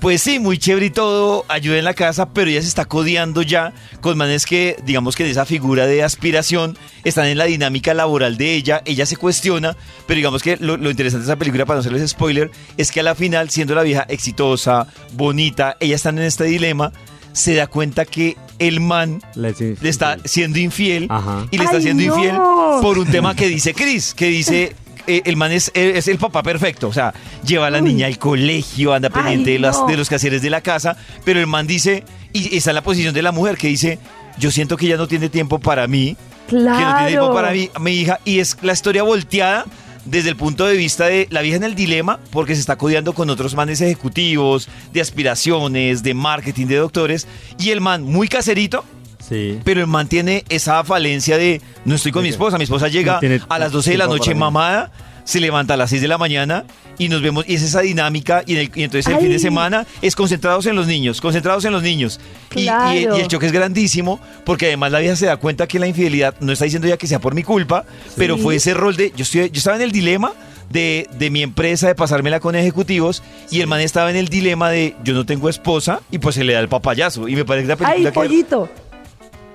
pues sí, muy chévere y todo, ayuda en la casa, pero ya se está codeando ya con manes que, digamos que en esa figura de aspiración, están en la dinámica laboral de ella, ella se cuestiona, pero digamos que lo, lo interesante de esa película, para no hacerles spoiler, es que a la final, siendo la vieja exitosa, bonita, ella está en este dilema, se da cuenta que el man Le- sí. le está siendo infiel y le está ¡Ay, siendo no! infiel por un tema que dice Chris, que dice eh, el man es, eh, es el papá perfecto, o sea, lleva a la niña al colegio, anda pendiente de, las- no. de los quehaceres de la casa, pero el man dice, y está en la posición de la mujer que dice, yo siento que ya no tiene tiempo para mí, que no tiene tiempo Claro. para mí, mi hija, y es la historia volteada desde el punto de vista de la vieja en el dilema, porque se está codeando con otros manes ejecutivos, de aspiraciones, de marketing, de doctores, y el man muy caserito, Sí. pero el man tiene esa falencia de no estoy con mi esposa, mi esposa llega No tiene a las 12 de la tiempo noche para mí. mamada, se levanta a las 6 de la mañana y nos vemos, y es esa dinámica, y, en el- y entonces el fin de Ay. semana es concentrados en los niños, concentrados en los niños. Y- y- Y, Claro. el choque es grandísimo, porque además la vieja se da cuenta que la infidelidad no está diciendo ya que sea por mi culpa, pero fue ese rol de, yo, estoy, yo estaba en el dilema. De, de mi empresa, de pasármela con ejecutivos, y el man estaba en el dilema de yo no tengo esposa, y pues se le da el papayazo. Y me parece que la película Ay, que- pollito.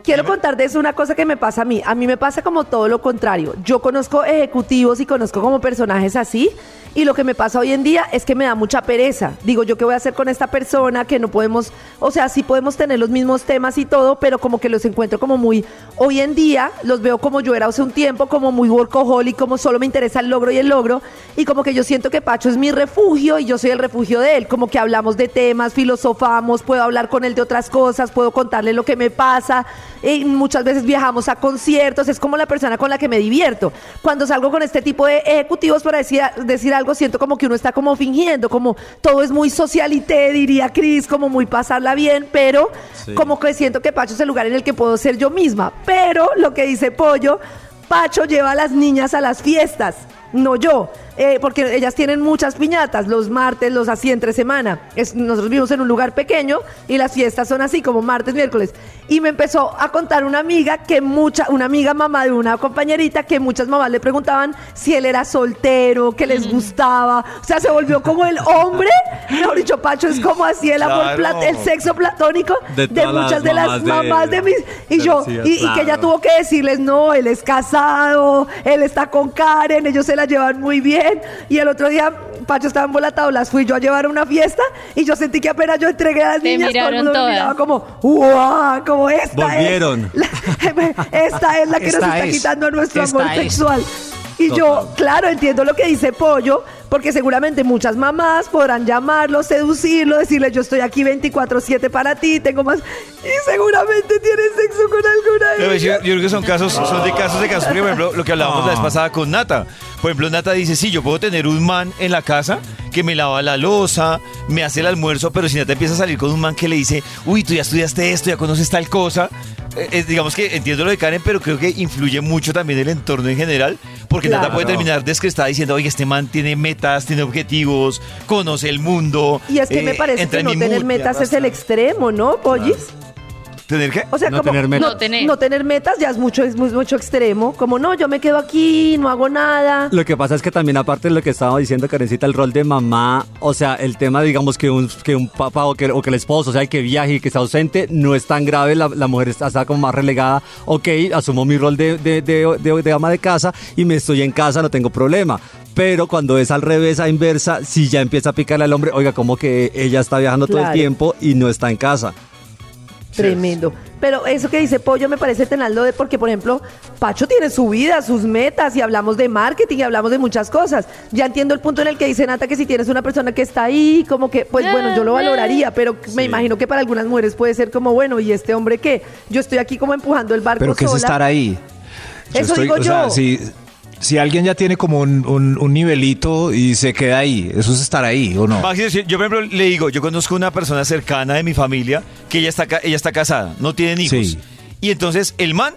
Quiero contarles una cosa que me pasa a mí. A mí me pasa como todo lo contrario. Yo conozco ejecutivos y conozco como personajes así. Y lo que me pasa hoy en día es que me da mucha pereza. Digo, ¿yo qué voy a hacer con esta persona? Que no podemos, o sea, sí podemos tener los mismos temas y todo, pero como que los encuentro como muy, hoy en día los veo como yo era hace un tiempo, como muy workaholic, como solo me interesa el logro y el logro. Y como que yo siento que Pacho es mi refugio y yo soy el refugio de él. Como que hablamos de temas, filosofamos, puedo hablar con él de otras cosas, puedo contarle lo que me pasa. Y muchas veces viajamos a conciertos, es como la persona con la que me divierto. Cuando salgo con este tipo de ejecutivos para decir, decir algo, siento como que uno está como fingiendo, como todo es muy socialité, diría Cris, como muy pasarla bien, pero Sí. como que siento que Pacho es el lugar en el que puedo ser yo misma. Pero lo que dice Pollo, Pacho lleva a las niñas a las fiestas, no yo. eh, porque ellas tienen muchas piñatas, los martes, los así entre semana. Es- nosotros vivimos en un lugar pequeño y las fiestas son así, como martes, miércoles. Y me empezó a contar una amiga que mucha, una amiga mamá de una compañerita, que muchas mamás le preguntaban si él era soltero, que les gustaba. O sea, se volvió como el hombre. Mejor dicho, Pacho es como así el amor, Claro. plat- el sexo platónico de, De todas las muchas de las mamás de- mamás de, mis y de yo Lucía, y, y que ella claro. tuvo que decirles no él es casado él está con Karen ellos se la llevan muy bien y el otro día Pacho estaba embolatado las fui yo a llevar a una fiesta y yo sentí que apenas yo entregué a las Te niñas todo el miraron mundo me todas. miraba como ¡guau! como esta Volvieron. es la- esta es la que Esta nos está es. quitando nuestro Esta amor es. sexual y yo, claro, entiendo lo que dice Pollo, porque seguramente muchas mamás podrán llamarlo, seducirlo, decirle yo estoy aquí 24/7 para ti, tengo más... Y seguramente tiene sexo con alguna Pero de yo, yo ellas. creo que son casos, son de casos de casos. Por ejemplo, lo que hablábamos Ah. la vez pasada con Nata. Por ejemplo, Nata dice, sí, yo puedo tener un man en la casa que me lava la losa, me hace el almuerzo, pero si Nata empieza a salir con un man que le dice, uy, tú ya estudiaste esto, ya conoces tal cosa. eh, eh, digamos que entiendo lo de Karen, pero creo que influye mucho también el entorno en general, porque Nata Claro. puede terminar descrestada diciendo, oye, este man tiene metas, tiene objetivos, conoce el mundo. Y es que eh, me parece que entra en no mi tener mood". metas es el extremo, ¿no, Pollis? ¿Tener qué? O sea, como No, tener. no tener metas ya es mucho, es muy- mucho extremo. Como no, yo me quedo aquí, no hago nada. Lo que pasa es que también aparte de lo que estaba diciendo Karencita, el rol de mamá, o sea, el tema digamos que un, que un papá o que, o que el esposo, o sea, que viaje y que está ausente, no es tan grave, la, la mujer está, está como más relegada, ok, asumo mi rol de, de, de- de- de ama de casa y me estoy en casa, no tengo problema. Pero cuando es al revés, a inversa, si ya empieza a picarle al hombre, oiga, como que ella está viajando todo Claro. el tiempo y no está en casa. Tremendo. Pero eso que dice Pollo me parece tenaldo de porque, por ejemplo, Pacho tiene su vida, sus metas, y hablamos de marketing y hablamos de muchas cosas. Ya entiendo el punto en el que dice Nata que si tienes una persona que está ahí, como que, pues bueno, yo lo valoraría, pero me imagino que para algunas mujeres puede ser como, bueno, ¿y este hombre qué? Yo estoy aquí como empujando el barco Pero que es sola. estar ahí. Eso digo o sea, yo. si, si alguien ya tiene como un, un- un nivelito y se queda ahí, eso es estar ahí, ¿o no? Maxi, si- yo por ejemplo le digo, yo conozco una persona cercana de mi familia que ella está, ca- ella está casada, no tienen hijos. Sí. Y entonces el man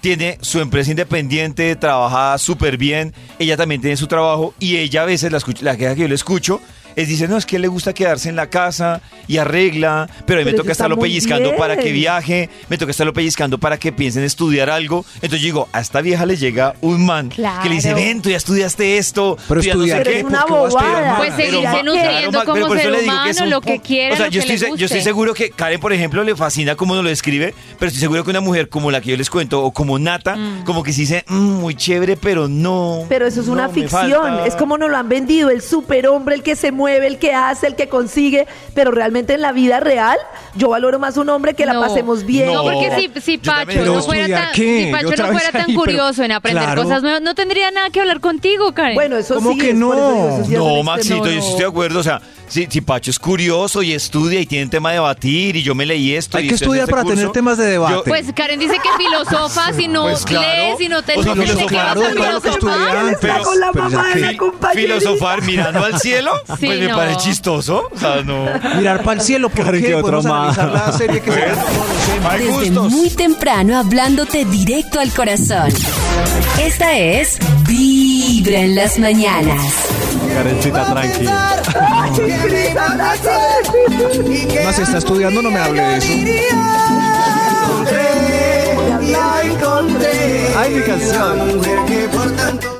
tiene su empresa independiente, trabaja súper bien, ella también tiene su trabajo y ella a veces la, escucho- la queja que yo le escucho es dice, no, es que le gusta quedarse en la casa y arregla, pero a mí me toca Pero eso está estarlo muy pellizcando para que bien. viaje, me toca estarlo pellizcando para que piensen estudiar algo. Entonces yo digo, a esta vieja le llega un man que le dice, Claro. ven, tú ya estudiaste esto, Pero tú ya no sé estudiar qué, qué, ¿por qué ¿por vas a estudiar más? Pues Pero seguirse ma- nutriendo ma- como pero por eso ser le digo que es humano, un lo que pu- quiera, O sea, lo yo, estoy, que le se- yo estoy guste. seguro que Karen, por ejemplo, le fascina cómo nos lo describe, pero estoy seguro que una mujer como la que yo les cuento o como Nata, como que se dice, "Mm, muy chévere, pero no. Pero eso es no, una me ficción, falta". es como nos lo han vendido, el superhombre, el que se mueve, el que hace, el que consigue, pero realmente en la vida real yo valoro más un hombre que la No. pasemos bien. No, porque si, si Pacho no fuera tan, si Pacho no fuera tan curioso en aprender cosas nuevas, no tendría nada que hablar contigo, Karen. Bueno, eso como este No, Maxito, yo sí estoy de acuerdo. O sea, si, si Pacho es curioso y estudia y tiene tema de debatir y yo me leí esto. Hay y que estoy en estudiar este para tener temas de debate. Yo- Pues Karen dice que filosofa si no Pues claro. lees, si no te O sea, lees, ¿de qué vas a claro, claro que filosofar? estudiar, pero- con la pero mamá de ya que- la compañerita. Filosofar mirando al cielo, Sí, pues me no. parece chistoso. O sea, no. Mirar para el cielo, ¿por Karen, qué? ¿qué otro Podemos analizar más? la serie que se- Hay Desde gustos. muy temprano hablándote directo al corazón. Esta es Vibra en las mañanas. Karencita, tranqui. Más si está estudiando, no me hable de eso. La encontré. Ay, mi canción.